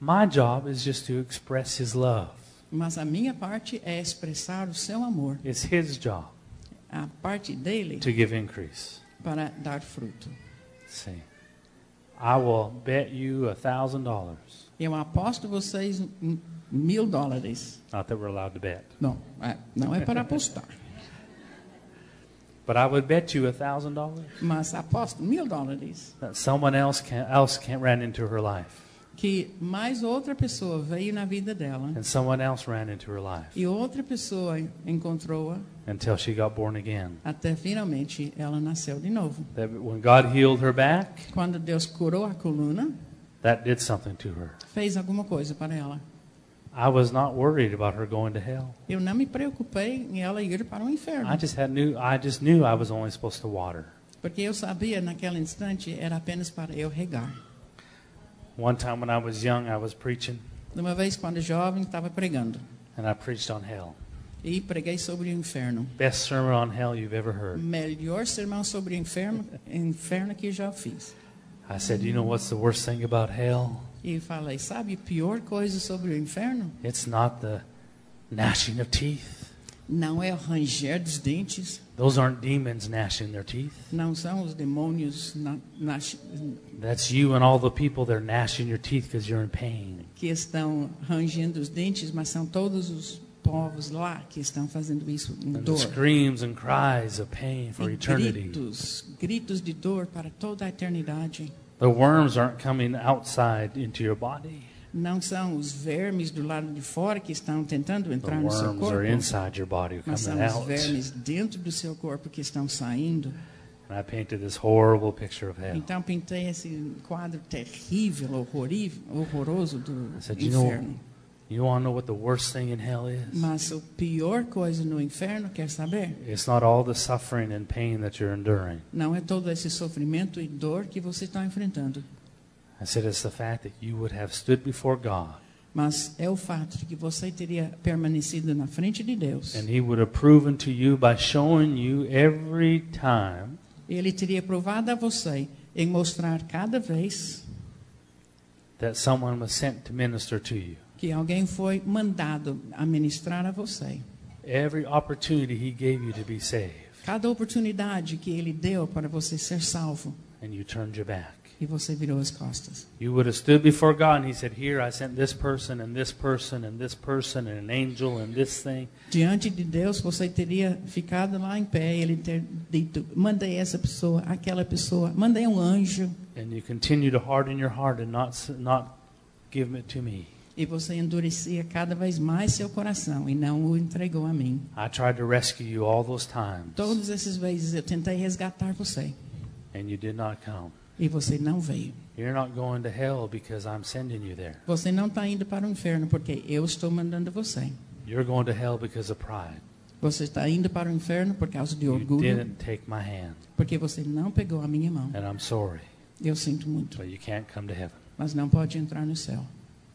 My job is just to express His love. Mas a minha parte é expressar o seu amor. It's His job A parte dele to give increase. para dar fruto. See, I will bet you a thousand dollars. Eu aposto vocês em mil dólares. Not that we're allowed to bet, Não, é- não é para apostar. but I would bet you a thousand dollars Mas aposto mil dólares that someone else can else can ran into her life, que mais outra pessoa veio na vida dela and someone else ran into her life e outra pessoa encontrou-a until she got born again. até finalmente ela nasceu de novo. That when God healed her back, Quando Deus curou a coluna, that did something to her. fez alguma coisa para ela. I was not worried about her going to hell. Eu não me preocupei em ela ir para o inferno, I just had knew I just knew I was only supposed to water. porque eu sabia naquele instante era apenas para eu regar. One time when I was young, I was preaching, Uma vez, quando jovem, estava pregando and I preached on hell. e preguei sobre o inferno. Best sermon on hell you've ever heard. Melhor sermão sobre o inferno, inferno que eu já fiz. I said, You know what's the worst thing about hell? E falei, sabe a pior coisa sobre o inferno? It's not the gnashing of teeth, Não é o ranger dos dentes, Those aren't demons gnashing their teeth. não são os demônios na- nas- That's you and all the people that are gnashing your teeth because you're in pain. que estão rangendo os dentes, mas são todos os povos lá que estão fazendo isso em And the dor. screams and cries of pain for E eternity. gritos, gritos de dor para toda a eternidade. The worms aren't coming outside into your body. Não são os vermes do lado de fora que estão tentando The entrar no seu worms are corpo, inside your body mas são coming os out. And vermes dentro do seu corpo que estão saindo. I painted this horrible picture of hell. Então pintei esse quadro terrível, horrorível, horroroso do I said, you know, inferno. you want to know what the worst thing in hell is? Mas a pior coisa no inferno, quer saber? It's not all the suffering and pain that you're enduring. Não é todo esse sofrimento e dor que você está enfrentando, I said, it's the fact that you would have stood before God mas é o fato de que você teria permanecido na frente de Deus. and He would have proven to you by showing you every time Ele teria provado a você em mostrar cada vez that someone was sent to minister to you. que alguém foi mandado a ministrar a você. Every opportunity He gave you to be saved, Cada oportunidade que ele deu para você ser salvo and you turned your back. e você virou as costas. You would have stood before God and He said, Here, I sent this person and this person and this person and an angel and this thing. Diante de Deus, você teria ficado lá em pé, ele ter dito: mandei essa pessoa, aquela pessoa, mandei um anjo, And you continue to harden your heart and not, s- not give it to me. e você endurecia cada vez mais seu coração e não o entregou a mim. I tried to rescue you all those times, Todas essas vezes eu tentei resgatar você and you did not come. e você não veio. You're not going to hell because I'm sending you there. Você não está indo para o inferno porque eu estou mandando você. You're going to hell because of pride. Você está indo para o inferno por causa de You orgulho, didn't take my hand, porque você não pegou a minha mão. and I'm sorry, Eu sinto muito, but you can't come to heaven. mas não pode entrar no céu.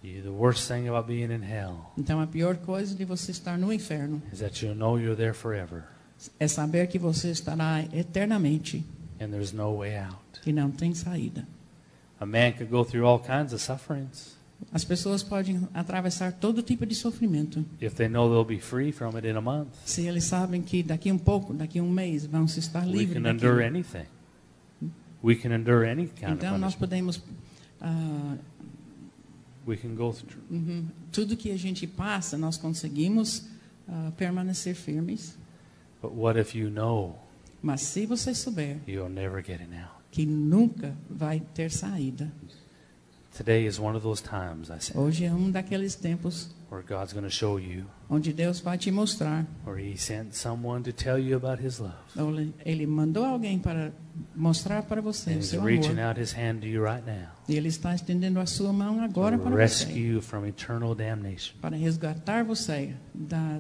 You, the worst thing about being in hell Então a pior coisa de você estar no inferno is that you'll know you're there forever, é saber que você estará eternamente and there's no way out. e não tem saída. A man could go through all kinds of sufferings As pessoas podem atravessar todo tipo de sofrimento. if they know they'll be free from it in a month. Se eles sabem que daqui um pouco, daqui um mês, vão se estar We livres can daquilo. endure anything. We can endure any kind of Então nós punishment. podemos ah, We can go through. uhum, tudo que a gente passa, nós conseguimos ah, permanecer firmes. But what if you know Mas se você souber you'll never get it out? que nunca vai ter saída, Today is one of those times, I said, hoje é um daqueles tempos where God's going to show you onde Deus vai te mostrar. or he sent someone to tell you about his love. Ou Ele- Ele mandou alguém para mostrar para você And o he's seu reaching amor. out his hand to you right now E Ele está estendendo a sua mão agora to para você, rescue you from eternal damnation. para resgatar você da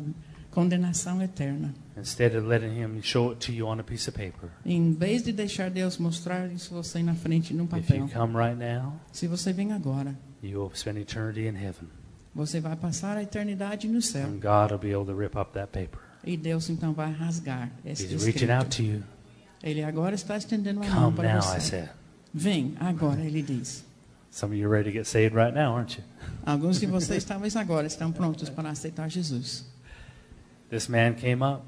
condenação eterna. Instead of letting him show it to you on a piece of paper, Em vez de deixar Deus mostrar isso você na frente num if you papel, come right now, se você vem agora, you will spend eternity in heaven. você vai passar a eternidade no céu. And God will be able to rip up that paper. E Deus então vai rasgar esse He's reaching out escrito. to you. Ele agora está estendendo a mão Come para now, I você. said. Vem agora, ele diz. Some of you are ready to get saved right now, aren't you? Alguns de vocês talvez agora estão prontos para aceitar Jesus. This man came up.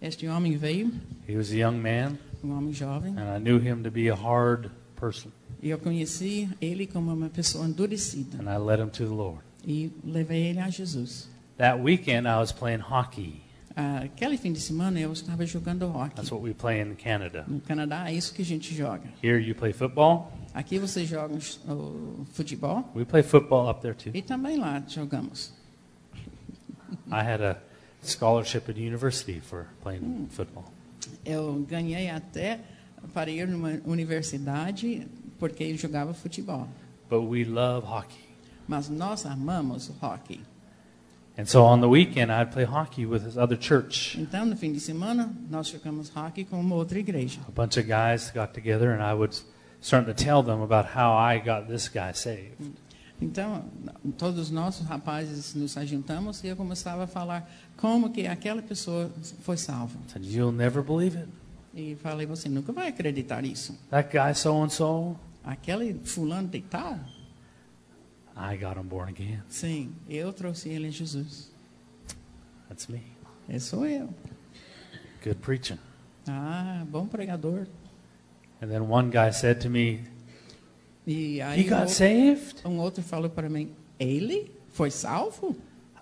Este homem veio, He was a young man, um homem jovem, and I knew him to be a hard person. e eu conheci ele como uma pessoa endurecida And I led him to the Lord. e levei ele a Jesus. That weekend, I was playing hockey. Ah, Aquele fim de semana eu estava jogando That's rock. what we play in Canada. No Canadá é isso que a gente joga. Here you play football. Aqui vocês jogam o futebol We play football up there too. e também lá jogamos. I had a scholarship at university for playing football. Eu ganhei até para ir numa universidade porque eu jogava futebol. But we love hockey. Mas nós amamos o hockey. And so on the weekend, I'd play hockey with this other church. Então, no fim de semana, nós jogamos hockey com uma outra igreja. A bunch of guys got together, and I would start to tell them about how I got this guy saved. Então, todos nós, os rapazes, nos juntamos e eu começava a falar como que aquela pessoa foi salva. I said, You'll never believe it. E falei, você nunca vai acreditar isso. That guy, so and so, Aquele fulano de tal? I got him born again. Sim, eu trouxe ele a Jesus. That's me. É, sou eu. Good preaching. Ah, bom pregador. And then one guy said to me, E He aí um got outro, saved? um outro falou para mim, ele foi salvo?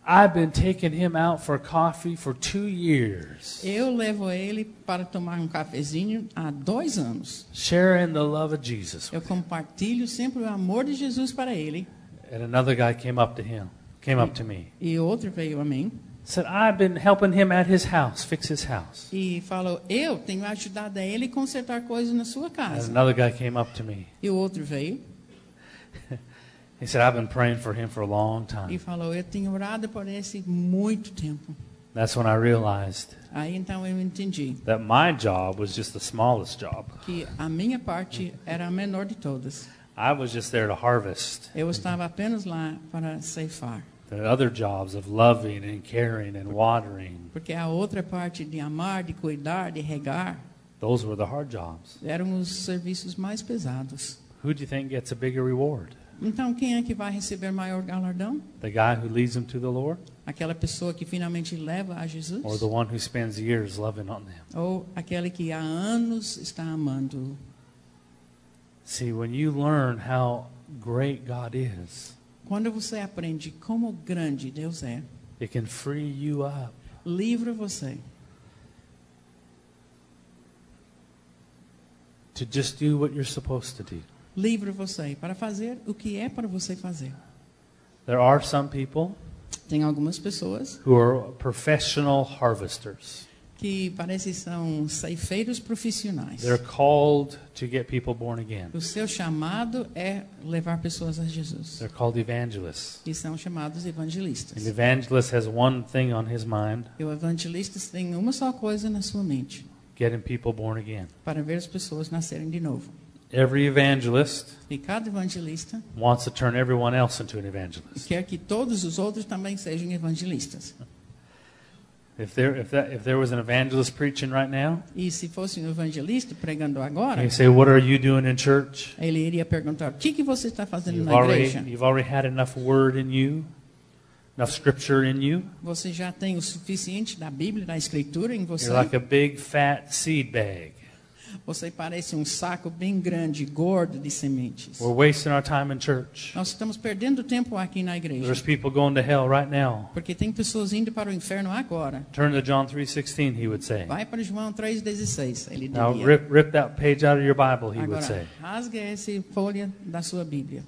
I've been taking him out for coffee for two years, Eu levo ele para tomar um cafezinho há dois anos. sharing the love of Jesus. Eu compartilho sempre o amor de Jesus para ele. And another guy came up to him, came up to me, E outro veio a mim said, I've been helping him at his house, fix his house. e falou, eu tenho ajudado a ele consertar coisas na sua And casa. another guy came up to me. E o outro veio He said, I've been praying for him for a long e time. falou, eu tenho orado por esse muito tempo. That's when I realized Aí então eu entendi that my job was just the smallest job. que a minha parte era a menor de todas. I was just there to harvest Eu estava apenas lá para ceifar, the other jobs of loving and caring and watering. porque a outra parte de amar, de cuidar, de regar, Those were the hard jobs. eram os serviços mais pesados. Who do you think gets a bigger reward? Então quem é que vai receber maior galardão? The guy who leads them to the Lord Aquela pessoa que finalmente leva a Jesus? or the one who spends years loving on them? Ou aquele que há anos está amando? See, when you learn how great God is, Quando você aprende como grande Deus é, it can free you up. livra você to just do what you're supposed to do. livre você para fazer o que é para você fazer. There are some people Tem algumas pessoas who are professional harvesters. que parecem são ceifeiros profissionais. They're called to get people born again. O seu chamado é levar pessoas a Jesus. They're called evangelists. E são chamados An evangelistas. evangelist has one thing on his mind E o evangelista tem uma só coisa na sua mente, getting people born again. para ver as pessoas nascerem de novo. Every evangelist E cada evangelista wants to turn everyone else into an evangelist. quer que todos os outros também sejam evangelistas. If there, if, that, if there was an evangelist preaching right now, E se fosse um evangelista pregando agora, and you say, What are you doing in church? ele iria perguntar: o que, que você está fazendo You've na already, igreja? you've already had enough word in you, enough scripture in you. Você já tem o suficiente da Bíblia, da Escritura em você? You're like a big fat seed bag. Você parece um saco bem grande, gordo de sementes. We're wasting our time in church. Nós estamos perdendo tempo aqui na igreja, There's people going to hell right now. porque tem pessoas indo para o inferno agora. Turn to John 3:16, he would say. Vai para João 3,16, ele Now diria. rip rip that page out of your Bible, he would Agora, say. rasga essa folha da sua Bíblia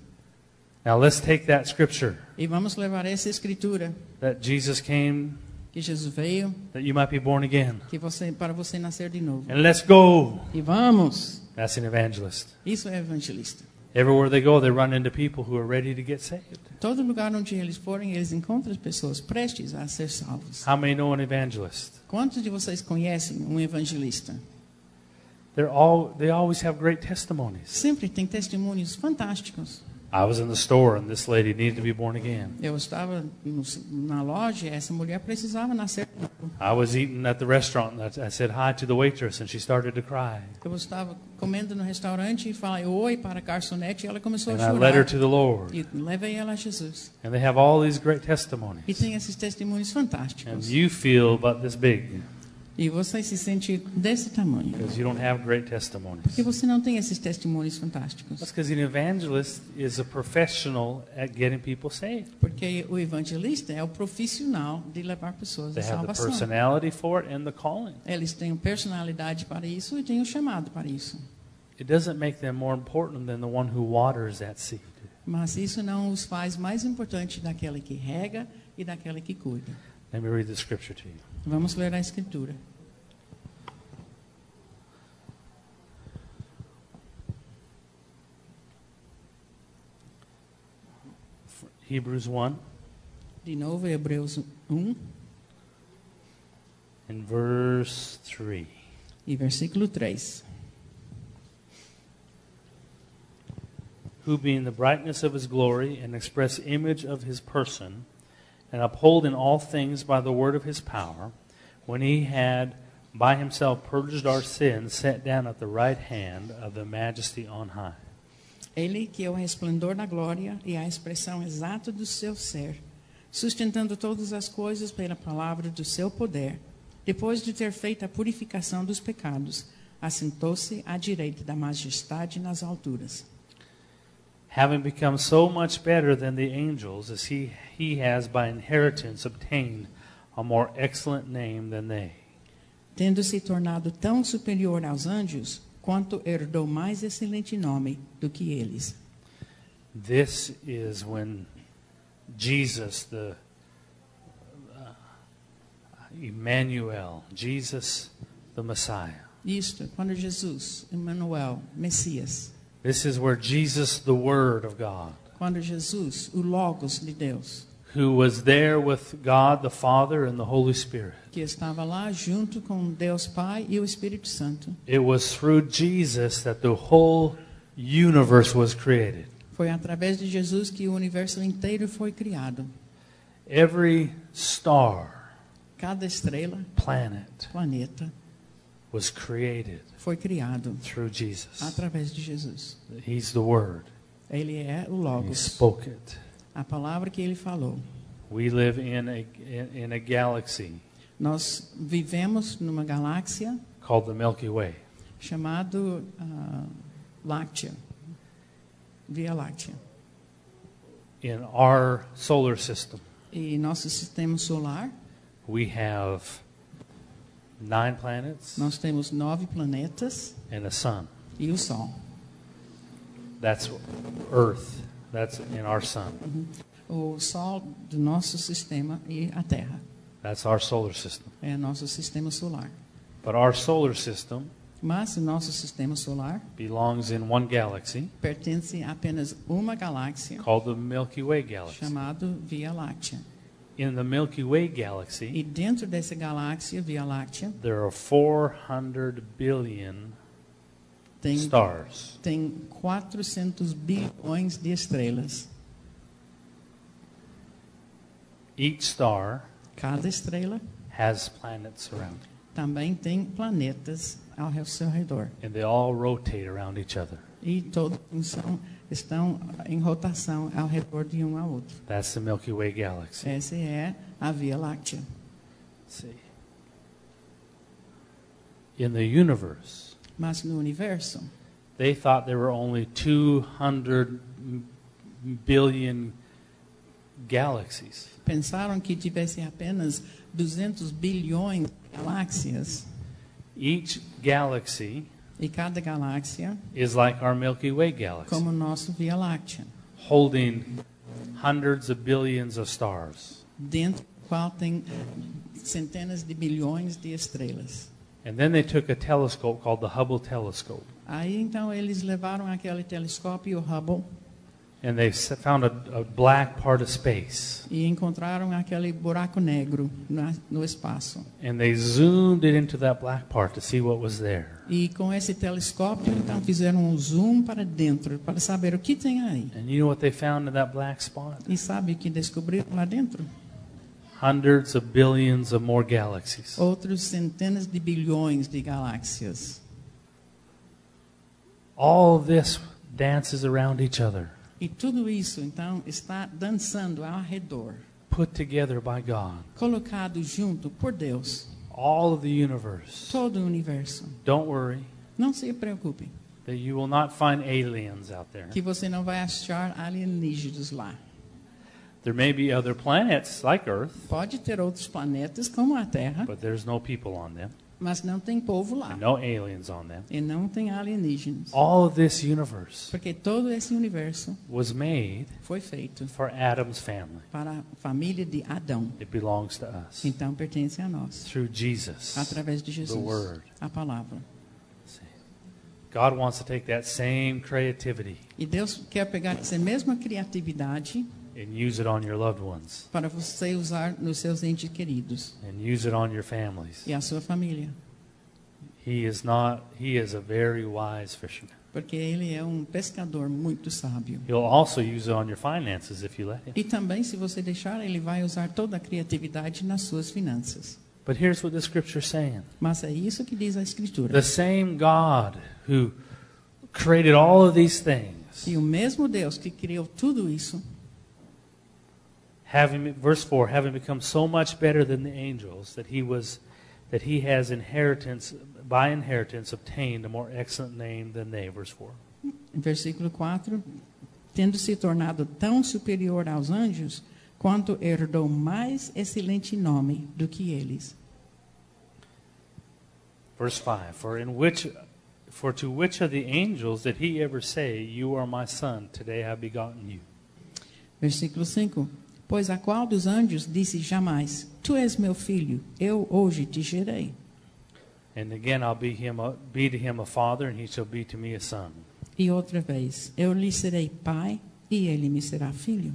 Now let's take that scripture e vamos levar essa Escritura that Jesus came que Jesus veio that you might be born again. que você, para você nascer de novo. And let's go. E vamos! That's an evangelist. Isso é evangelista. Everywhere they go, they run into people who are ready to get saved. Todo lugar onde eles forem, eles encontram as pessoas prestes a ser salvos. How many know an evangelist? Quantos de vocês conhecem um evangelista? They're all they always have great testimonies. Sempre tem testemunhos fantásticos. I was in the store and this lady needed to be born again. Eu estava no- na loja, essa mulher precisava nascer. de novo. I was eating at the restaurant and I I said hi to the waitress and she started to cry. Eu estava comendo no restaurante e falei oi para a garçonete e ela começou And a I chorar. led her to the Lord. E levei ela a Jesus. And they have all these great E testimonies. tem esses testemunhos And fantásticos. you feel about this big E você se sente desse tamanho. because you don't have great Porque testimonies. você não tem esses testemunhos fantásticos. That's because an evangelist is a professional at getting people saved. Porque o evangelista é o profissional de levar pessoas They à have the salvação. personality for it and the calling. Eles têm personalidade para isso e têm o chamado para isso. It doesn't make them more important than the one who waters that seed. Mas isso não os faz mais importante daquele que rega e daquele que cuida. Let me read the scripture to you. Vamos ler a Escritura. Hebrews 1 De novo, Hebreus 1 and verse 3. e versículo 3. who being the brightness of his glory and express image of his person, and upholding all things by the word of his power, when he had by himself purged our sins, sat down at the right hand of the majesty on high. Ele que é o resplendor da glória e a expressão exata do seu ser, sustentando todas as coisas pela palavra do seu poder. Depois de ter feito a purificação dos pecados, assentou-se à direita da majestade nas alturas. having become so much better than the angels, as he, he has by inheritance obtained a more excellent name than they. tendo se tornado tão superior aos anjos quanto herdou mais excelente nome do que eles. This is when Jesus, the uh, Emmanuel, Jesus the Messiah, Isto, é quando Jesus, Emmanuel, Messias, this is where Jesus, the Word of God, quando Jesus, o Logos de Deus, who was there with God the Father and the Holy Spirit, que estava lá junto com Deus Pai e o Espírito Santo, it was through Jesus that the whole universe was created. foi através de Jesus que o universo inteiro foi criado. Every star, Cada estrela, planet planeta, was created foi criado through Jesus. através de Jesus. He's the Word. Ele é o He Logos, spoke it. a palavra que ele falou. We live in a, in, in a galaxy Nós vivemos numa galáxia called the Milky Way. chamado ah, Láctea, Via Láctea. In our solar system, E nosso sistema solar, we have nine planets nós temos nove planetas and a sun. e o Sol. That's Earth. That's in our sun. O Sol do nosso sistema e a Terra That's our solar system. é nosso sistema solar. But our solar system Mas o nosso sistema solar belongs in one galaxy pertence a apenas uma galáxia called the Milky Way galaxy. chamado Via Láctea. In the Milky Way galaxy, E dentro dessa galáxia, Via Láctea, There are 400 billion tem stars. tem 400 bilhões de estrelas. Each star Cada estrela has planets around it, também tem planetas ao re- seu redor. and they all rotate around each other. E todos são, estão em rotação ao redor de um ao outro. That's the Milky Way galaxy. Essa é a Via Láctea. See. In the universe, Mas no universo, they thought there were only 200 m- billion galaxies. pensaram que tivesse apenas 200 bilhões de galáxias. Each galaxy E cada galáxia is like our Milky Way galaxy, como o nosso Via Láctea, holding hundreds of billions of stars. dentro do qual tem centenas de bilhões de estrelas. And then they took a telescope called the Hubble telescope, Aí então eles levaram aquele telescópio Hubble and they s- found a, a black part of space, e encontraram aquele buraco negro na, no espaço. and they zoomed it into that black part to see what was there. E com esse telescópio então fizeram um zoom para dentro para saber o que tem aí. And you know what they found in that black spot? E sabe o que descobriram lá dentro? Hundreds of billions of more galaxies. Outros centenas de bilhões de galáxias. All this dances around each other, E tudo isso então está dançando ao redor, put together by God. colocado junto por Deus, All of the universe. todo o universo. Don't worry Não se preocupe, that you will not find aliens out there. que você não vai achar alienígenas lá. There may be other planets like Earth, Pode ter outros planetas como a Terra, but there's no people on them, mas não tem povo lá and no aliens on them. e não tem alienígenas, All of this universe porque todo esse universo was made foi feito for Adam's family. para a família de Adão, It belongs to us então pertence a nós, through Jesus. através de The Jesus, Word. a palavra. See. God wants to take that same creativity E Deus quer pegar essa mesma criatividade and use it on your loved ones, para você usar nos seus entes queridos and use it on your families. e a sua família, He is not he is a very wise fisherman. porque ele é um pescador muito sábio. He'll also use it on your finances if you let him. E também, se você deixar, ele vai usar toda a criatividade nas suas finanças. But here's what the scripture's saying. Mas é isso que diz a Escritura. The same God who created all of these things E o mesmo Deus que criou tudo isso having verse 4 having become so much better than the angels that he was that he has inheritance by inheritance obtained a more excellent name than they verse 4 Versículo 4: Tendo se tornado tão superior aos anjos, quanto herdou mais excelente nome do que eles. verse 5 for in which for to which of the angels did he ever say you are my son today i have begotten you Versículo 5: Pois a qual dos anjos disse jamais: Tu és meu filho, eu hoje te gerei? and again i'll be him a, be to him a father and he shall be to me a son E outra vez: Eu lhe serei pai e ele me será filho.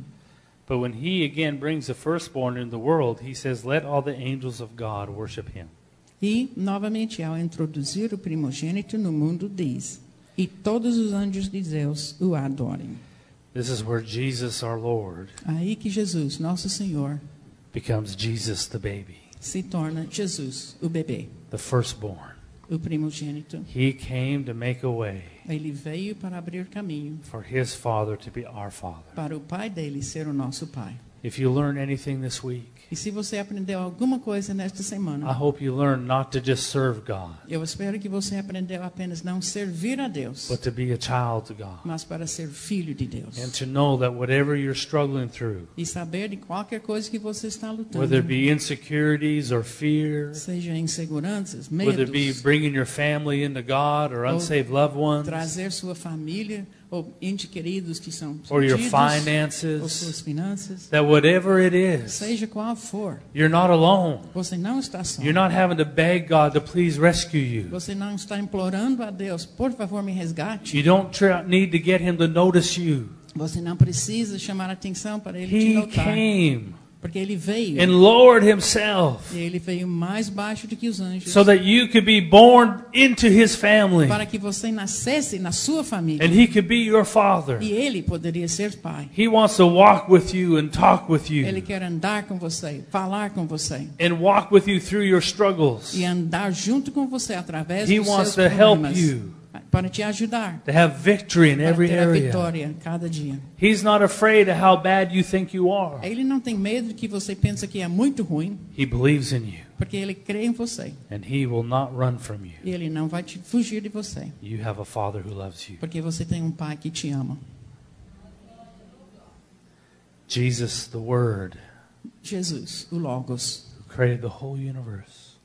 but when he again brings the firstborn into the world he says let all the angels of god worship him E, novamente, ao introduzir o primogênito no mundo, diz: E todos os anjos de Deus o adorem. this is where jesus our lord Aí que Jesus, nosso Senhor, becomes jesus the baby se torna Jesus, o bebê, the firstborn o primogênito. he came to make a way Ele veio para abrir caminho for his father to be our father para o pai dele ser o nosso pai. if you learn anything this week E se você aprendeu alguma coisa nesta semana, I hope you learn not to just serve God, eu espero que você aprendeu apenas não servir a Deus, but to be a child to God. mas para ser filho de Deus. And to know that whatever you're struggling through, E saber de qualquer coisa que você está lutando, whether it be insecurities or fear, seja inseguranças, whether it be medos, bringing your family into God or unsaved loved ones, trazer sua família ou entes queridos que são or your perdidos, ou finances, suas finanças, that whatever it is, seja qual for, you're not alone. você não está só. You're not having to beg God to please rescue you. Você não está implorando a Deus, por favor, me resgate. You don't tr- need to get Him to notice you. Você não precisa chamar atenção para ele te He notar, came porque ele veio. and lowered Himself E ele veio mais baixo do que os anjos, so that you could be born into His family. para que você nascesse na sua família. And he could be your father. E ele poderia ser pai. He wants to walk with you and talk with Ele you quer andar com você, falar com você and walk with you through your struggles, e andar junto com você através He dos wants seus to help problemas, you. para te ajudar, to have victory in para every ter a area. vitória cada dia. He's not afraid of how bad you think you are. Ele não tem medo que você pensa que é muito ruim, He believes in you porque ele crê em você and he will not run from you. e ele não vai te fugir de você, You have a father who loves you. porque você tem um pai que te ama. Jesus, the Word, Jesus, o Logos, who created the whole universe,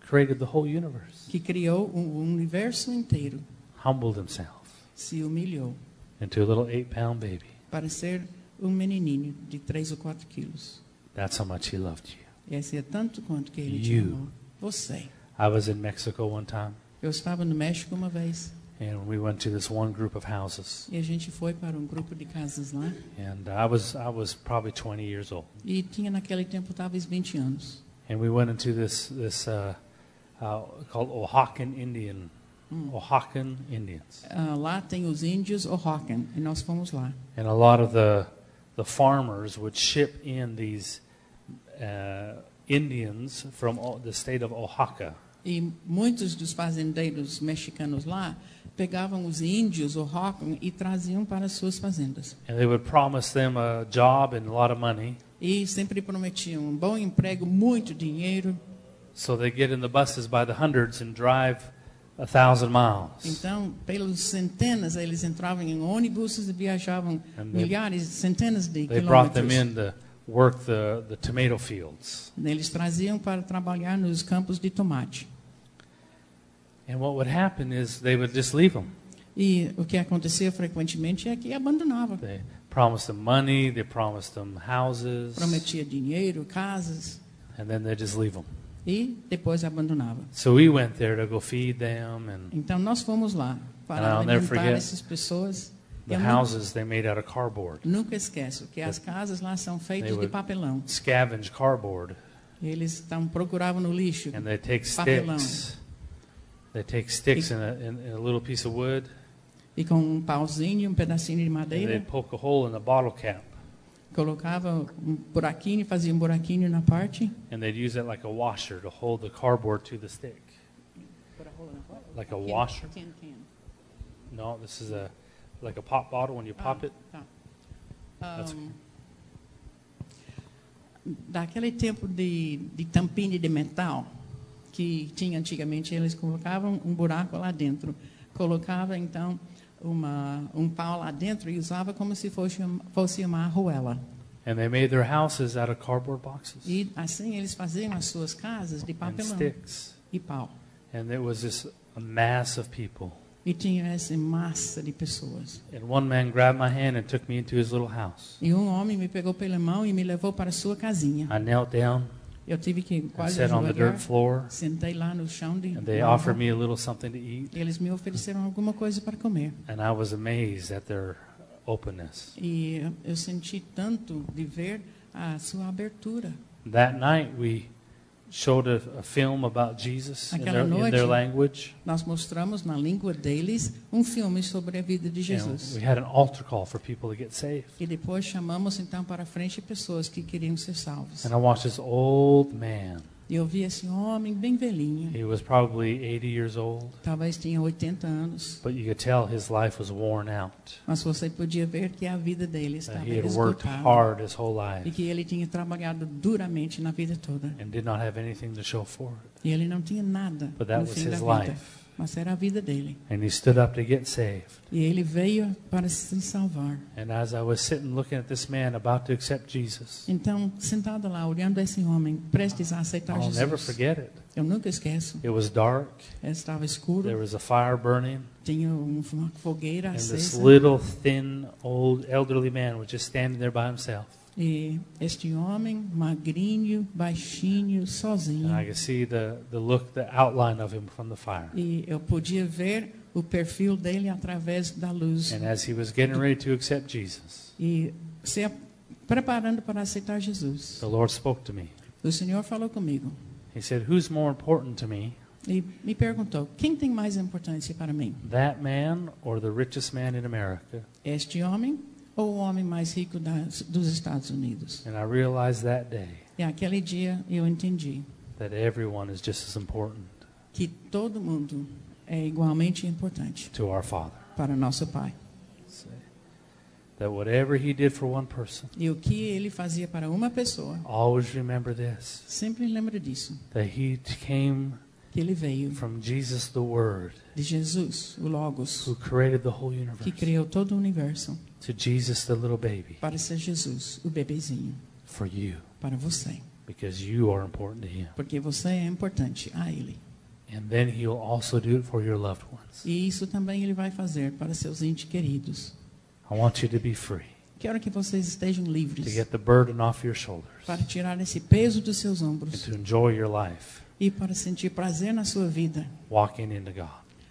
created the whole universe, que criou o universo inteiro, humbled himself se humilhou. into a little eight pound baby. para ser um menininho de 3 ou 4 quilos. That's how much he loved you. Esse é tanto quanto que ele te You. amou. Você. I was in Mexico one time. Eu estava no México uma vez And we went to this one group of houses, e a gente foi para um grupo de casas lá and I was I was probably 20 years old, e tinha naquele tempo talvez 20 anos. and we went into this this uh, uh, called Oaxacan Indian, Oaxacan Indians, Ah, lá tem os índios Oaxacan e nós fomos lá. and a lot of the the farmers would ship in these uh, Indians from O- the state of Oaxaca, E muitos dos fazendeiros mexicanos lá pegavam os índios Oaxacan e traziam para suas fazendas. and they would promise them a job and a lot of money. E sempre prometiam um bom emprego, muito dinheiro. So they get in the buses by the hundreds and drive a thousand miles. Então, pelas centenas, eles entravam em ônibus e viajavam And they- milhares, centenas de They brought them quilômetros. in to work the, the tomato fields. Eles traziam para trabalhar nos campos de tomate. And what would happen is they would just leave them. E o que acontecia frequentemente é que abandonava. They promised them money, they promised them houses, Prometia dinheiro, casas and then they just leave them. e depois abandonava. So we went there to go feed them, and Então nós fomos lá And para I'll never alimentar forget essas pessoas. the Eu houses they made out of cardboard, nu- nunca esqueço que as casas lá são feitas de would- papelão. scavenge cardboard, Eles então procuravam no lixo and they take Papelão. sticks. They take sticks in a, in, in a little piece of wood, e com um pauzinho, um pedacinho de and madeira they'd poke a hole in the bottle cap, colocava um buraquinho, fazia um buraquinho na parte. and they'd use it like a washer to hold the cardboard to the stick. Like a washer. No, this is a like a pop bottle when you pop it. Tá. That's Ahn, daquele tempo de, de tampinha de metal que tinha antigamente, eles colocavam um buraco lá dentro. Colocava, então, uma, um pau lá dentro e usava como se fosse, uma- fosse uma arruela. And they made their houses out of cardboard boxes E assim eles faziam as suas casas de and papelão sticks. e pau. And there was this mass of people. E tinha essa massa de pessoas. And one man grabbed my hand and took me into his little house. E um homem me pegou pela mão e me levou para a sua casinha. I knelt down Eu tive que and quase sat on the dirt ajoelhar. floor. Sentei lá no chão de. And they lama. offered me a little something to eat. Eles me ofereceram alguma coisa para comer. And I was amazed at their openness. E eu senti tanto de ver a sua abertura. That night, we showed a, a film about Jesus in their, Aquela in their noite. language. Nós mostramos na língua deles um filme sobre a vida de And Jesus. we had an altar call for people to get saved. E depois chamamos então para a frente pessoas que queriam ser salvos. And I watched this old man. E eu vi esse homem bem velhinho, He was probably 80 years old, talvez tinha 80 anos, but you could tell his life was worn out. mas você podia ver que a vida dele That estava he had worked esgotada hard his whole e life que ele tinha trabalhado duramente na vida toda. and did not have anything to show for it. E ele não tinha nada But that no was fim da his vida, life. mas era a vida dele. And he stood up to get saved. E ele veio para se salvar. And as I was sitting looking at this man about to accept Jesus, Então, sentado lá, olhando esse homem, prestes a aceitar I'll never Jesus, forget it. eu nunca esqueço. It was dark. Estava escuro, There was a fire burning. tinha um- uma fogueira And this acesa. little, thin, old, elderly man was just standing there by himself. E este homem, magrinho, baixinho, sozinho. And I could see the, the look, the outline of him from the fire. E eu podia ver o perfil dele através da luz. And as he was getting ready to accept Jesus, E se a- preparando para aceitar Jesus. the Lord spoke to me. O Senhor falou comigo He said, Who's more important to me, e me perguntou: quem tem mais importância para mim? that man or the richest man in America? Este homem ou o homem mais rico das, dos Estados Unidos? And I realized that day E aquele dia eu entendi that everyone is just as important que todo mundo é igualmente importante to our Father. para nosso Pai. That whatever he did for one person, E o que ele fazia para uma pessoa, always remember this sempre lembre disso, that he came que ele veio from Jesus the Word, de Jesus, o Logos, who created the whole que universe, criou todo o universo. to Jesus the little baby para ser Jesus, o bebezinho, for you, para você, because you are important to him. porque você é importante a ele. And then he'll also do it for your loved ones. E isso também ele vai fazer para seus entes queridos. I want you to be free. Quero que vocês estejam to livres get the burden off your shoulders para tirar esse peso dos seus and ombros to enjoy your life e para sentir prazer na sua vida, walking into God.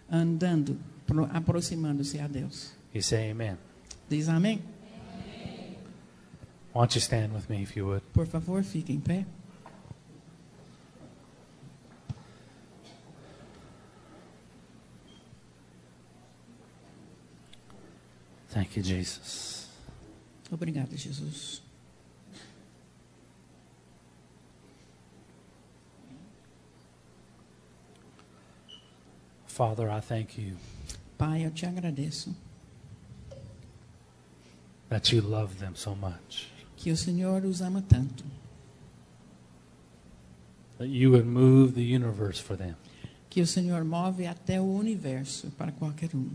andando, pro- aproximando-se a Deus. You say amen. Diz amém? Why don't you stand with me if you would? Por favor, fique em pé. Thank you, Jesus. Obrigada, Jesus. Father, I thank you Pai, eu te agradeço that you love them so much, que o Senhor os ama tanto, that you would move the universe for them. que o Senhor move até o universo para qualquer um,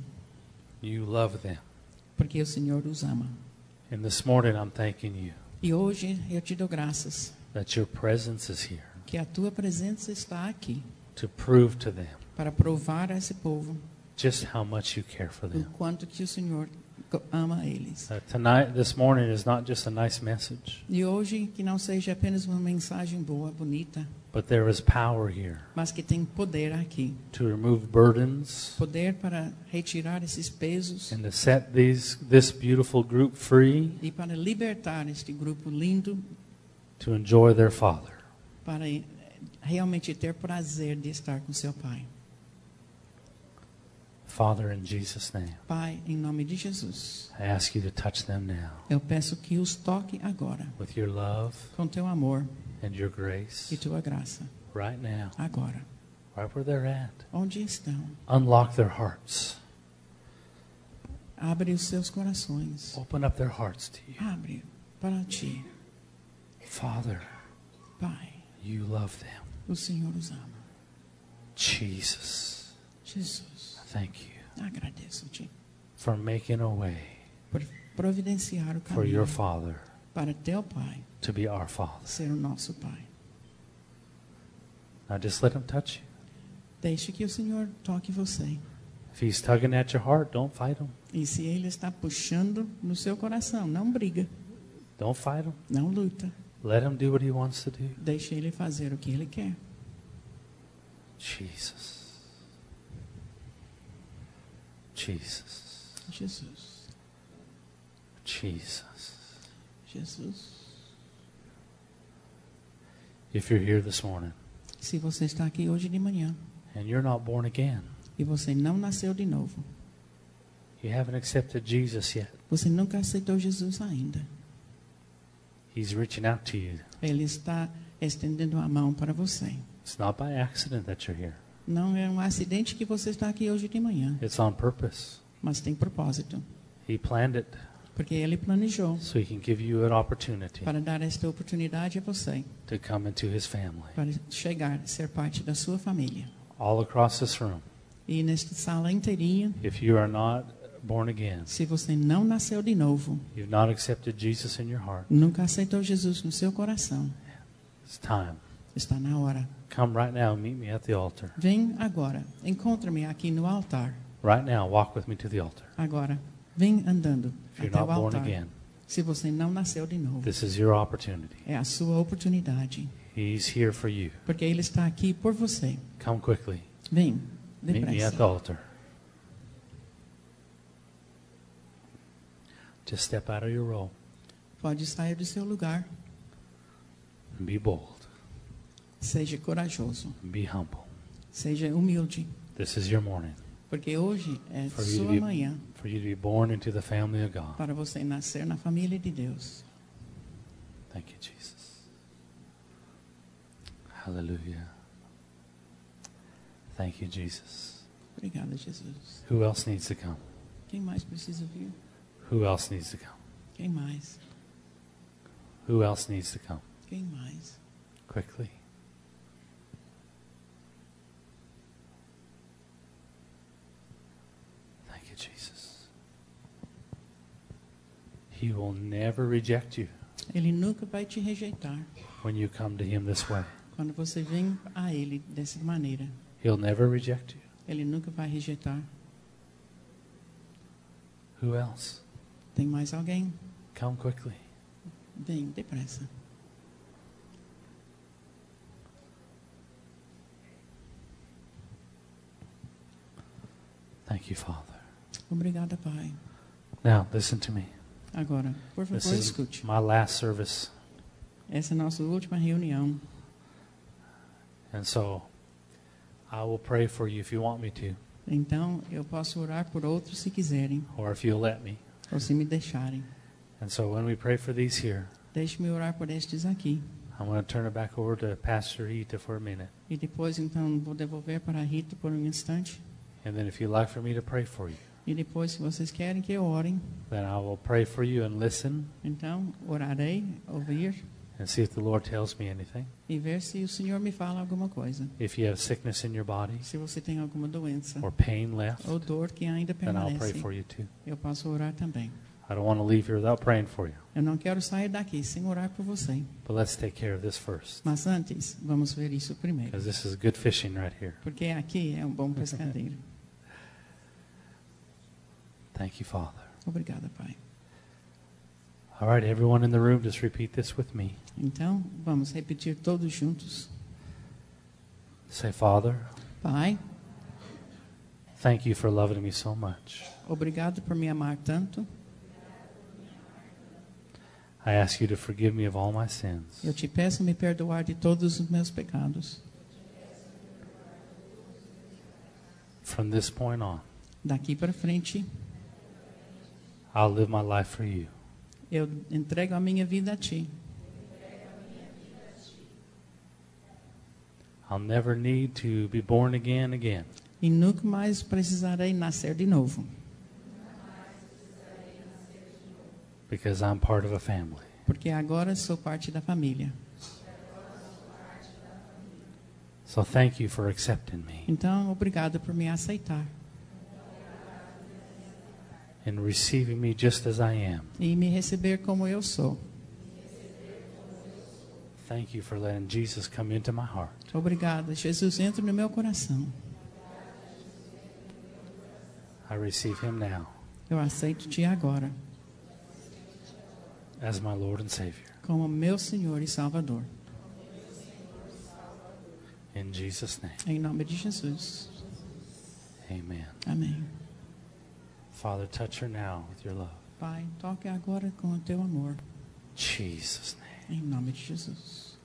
You love them. porque o Senhor os ama. And this morning, I'm thanking you E hoje eu te dou graças that your presence is here que a tua presença está aqui to prove to them para provar a esse povo just how much you care for o them. quanto que o Senhor co- ama eles. That tonight, this morning, is not just a nice message, E hoje que não seja apenas uma mensagem boa, bonita, but there is power here mas que tem poder aqui, to remove burdens, poder para retirar esses pesos and to set these this beautiful group free e para libertar este grupo lindo to enjoy their father. para eh, realmente ter prazer de estar com seu pai. Father in Jesus name. Pai, em nome de Jesus, I ask you to touch them now eu peço que os toque agora with your love com teu amor and your grace e tua graça, right now, agora. right where they're at. Onde estão? Unlock their hearts. Abre os seus corações. Open up their hearts to you. Abre para ti. Father, Pai, you love them. o Senhor os ama. Jesus, Jesus, I thank you agradeço-te for making a way por providenciar o for your caminho Father para teu Pai to be our Father. ser o nosso Pai. Now just let him touch you. Deixe que o Senhor toque você. If he's tugging at your heart, don't fight him. E se Ele está puxando no seu coração, não briga, Don't fight him. não luta. Let him do what he wants to do. Deixe Ele fazer o que Ele quer. Jesus. Jesus. Jesus, Jesus. Jesus. If you're here this morning Se você está aqui hoje de manhã and you're not born again, e você não nasceu de novo, you haven't accepted Jesus yet, você nunca aceitou Jesus ainda, he's reaching out to you. Ele está estendendo a mão para você. It's not by accident that you're here, Não é um acidente que você está aqui hoje de manhã, it's on purpose. mas tem propósito, He planned it porque Ele planejou so he can give you an opportunity para dar esta oportunidade a você, to come into his family. para chegar, ser parte da sua família. All across this room, E nesta sala inteirinha, if you are not born again, se você não nasceu de novo, you've not accepted Jesus in your heart, nunca aceitou Jesus no seu coração, it's time. está na hora. Come right now, meet me at the altar. Vem agora, encontra-me aqui no altar. Right now, walk with me to the altar. Agora, vem andando If you're até not o born altar. again, Se você não nasceu de novo, this is your opportunity. é a sua oportunidade, He's here for you. porque Ele está aqui por você. Come quickly. Vem, Meet me at the depressa. altar. Just step out of your role Pode sair do seu lugar. and be bold Seja corajoso, and be humble. seja humilde, This is your morning porque hoje é For you sua to be- manhã for you to be born into the family of God. para você nascer na família de Deus. Thank you, Jesus. Hallelujah. Thank you, Jesus. Obrigada, Jesus. Who else needs to come? Quem mais precisa vir? Who else needs to come? Quem mais? Who else needs to come? Quem mais? Quickly. Thank you, Jesus. He will never reject you Ele nunca vai te rejeitar when you come to Him this way. quando você vem a Ele dessa maneira. He'll never reject you. Ele nunca vai rejeitar. Who else? Tem mais alguém? Come quickly. Vem, depressa. Thank you, Father. Obrigada, Pai. Now, listen to me. Agora, por This favor, is escute. my last service. Essa é a nossa última reunião. And so I will pray for you if you want me to, Então, eu posso orar por outros se quiserem, or if you'll let me. ou se me deixarem. And so when we pray for these here, Deixe-me orar por estes aqui. I'm going to turn it back over to Pastor Rita for a minute. E depois, então, vou devolver para a Rita por um instante. And then if you'd like for me to pray for you, E depois, se vocês querem que eu orem, then I will pray for you and listen então, orarei, ouvir and see if the Lord tells me anything. e ver se o Senhor me fala alguma coisa. If you have sickness in your body Se você tem alguma doença or pain left, ou dor que ainda then I'll pray permanece, for you too. eu posso orar também. I don't want to leave here without praying for you. Eu não quero sair daqui sem orar por você. But let's take care of this first Mas antes, vamos ver isso primeiro. because this is good fishing right here. Porque aqui é um bom pescadeiro. Thank you, Father. Obrigada, Pai. All right, everyone in the room, just repeat this with me. Então, vamos repetir todos juntos. Say, Father, Pai, thank you for loving me so much. obrigado por me amar tanto. I ask you to forgive me of all my sins. Eu te peço me perdoar de todos os meus pecados. From this point on, Daqui para frente, I'll live my life for you. eu entrego a minha vida a Ti. I'll never need to be born again again. E nunca mais precisarei nascer de novo. because I'm part of a family. porque agora sou parte da família. So thank you for accepting me Então, obrigado por me aceitar and receiving me just as I am. e me receber como eu sou. Thank you for letting Jesus come into my heart. Obrigada. Jesus, entra no meu coração. I receive him now Eu aceito-te agora as my Lord and Savior. como meu Senhor e Salvador. In Jesus' name, Em nome de Jesus. amen. Amém. Father, touch her now with your love. Pai, toque agora com o teu amor. Jesus' name. Em nome de Jesus.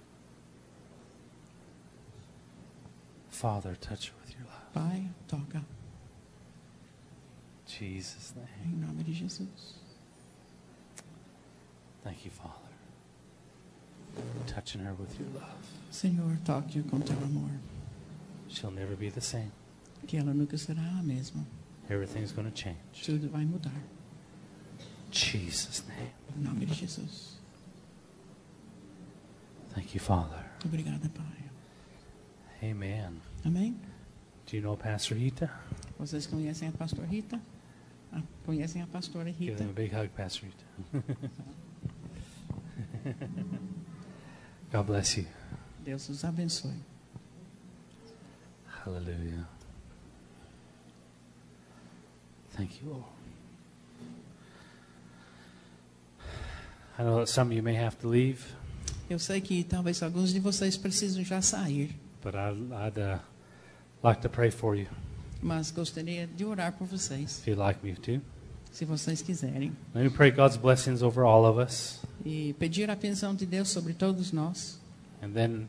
Father, touch her with your love. Pai, toca Jesus' name. em nome de Jesus. Thank you, Father. Touching her with your love. Senhor, toque com teu amor, She'll never be the same. que ela nunca será a mesma. Everything's going to change. Tudo vai mudar. Jesus' name. Em nome de Jesus. Thank you, Father. Obrigada, Pai. Amen. Amém? Do you know Pastor Rita? Vocês conhecem a pastora Rita? Ah, conhecem a pastora Give Rita? them a big hug, Pastor Rita. God bless you. Deus os abençoe. Hallelujah. Thank you, Lord. I know that some of you may have to leave, Eu sei que talvez alguns de vocês precisam já sair, but I, I'd uh, like to pray for you mas gostaria de orar por vocês, if you'd like me to. se vocês quiserem. Let me pray God's blessings over all of us. E pedir a bênção de Deus sobre todos nós. And then,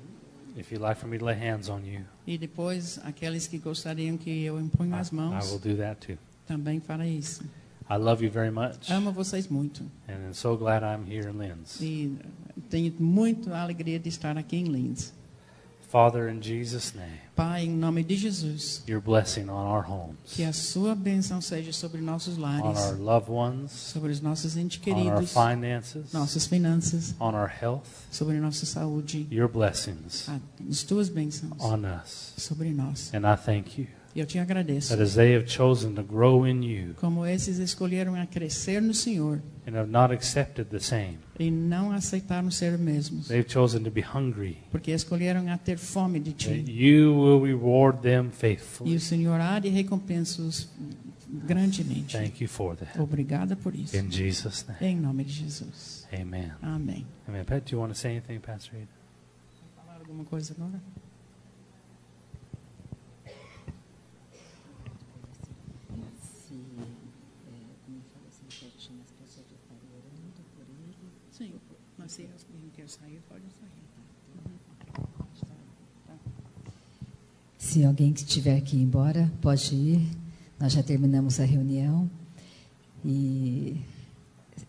if you'd like for me to lay hands on you, E depois, aqueles que gostariam que eu imponha I, as I will mãos, do that too. também fará isso. I love you very much, Amo vocês muito. and I'm so glad I'm here in Linz. E tenho muito a alegria de estar aqui em Linz. Father, in Jesus' name, Pai, em nome de Jesus, your blessing on our homes, que a sua bênção seja sobre nossos on our lares, loved ones, sobre os nossos entes on our queridos, finances, nossas finanças, on our health, sobre nossa saúde, your blessings a- as tuas bênçãos on us. sobre nós. And I thank you E Eu te agradeço. that as they have chosen to grow in you Como esses escolheram a crescer no Senhor and have not accepted the same, e não aceitaram ser mesmos, they've chosen to be hungry. porque escolheram a ter fome de That ti. you will reward them E faithfully. o Senhor há de recompensá-los grandemente. Thank you for that. Obrigada por isso. In Jesus' name. Em nome de Jesus. Amen. Amém. Amen. Pat, do you want to say anything, Pastor Ada? Falar alguma coisa agora? Se, é, como fala assim, certinho, as pessoas já estarem orando por ele. Sim. Mas se elas não querem sair, podem sair. tá? Uhum. Se alguém que tiver que ir embora, pode ir. Nós já terminamos a reunião e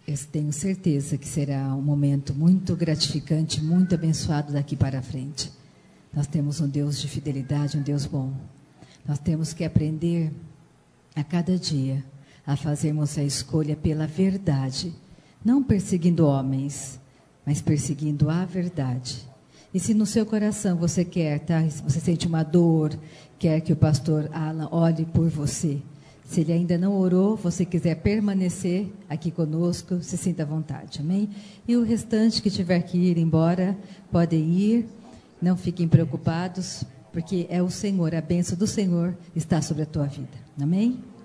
eu tenho certeza que será um momento muito gratificante, muito abençoado daqui para frente. Nós temos um Deus de fidelidade, um Deus bom. Nós temos que aprender a cada dia a fazermos a escolha pela verdade, não perseguindo homens, mas perseguindo a verdade. E se no seu coração você quer, tá? Você sente uma dor, quer que o pastor Alan olhe por você. Se ele ainda não orou, você quiser permanecer aqui conosco, se sinta à vontade, amém? E o restante que tiver que ir embora, podem ir, não fiquem preocupados, porque é o Senhor, a bênção do Senhor está sobre a tua vida, amém?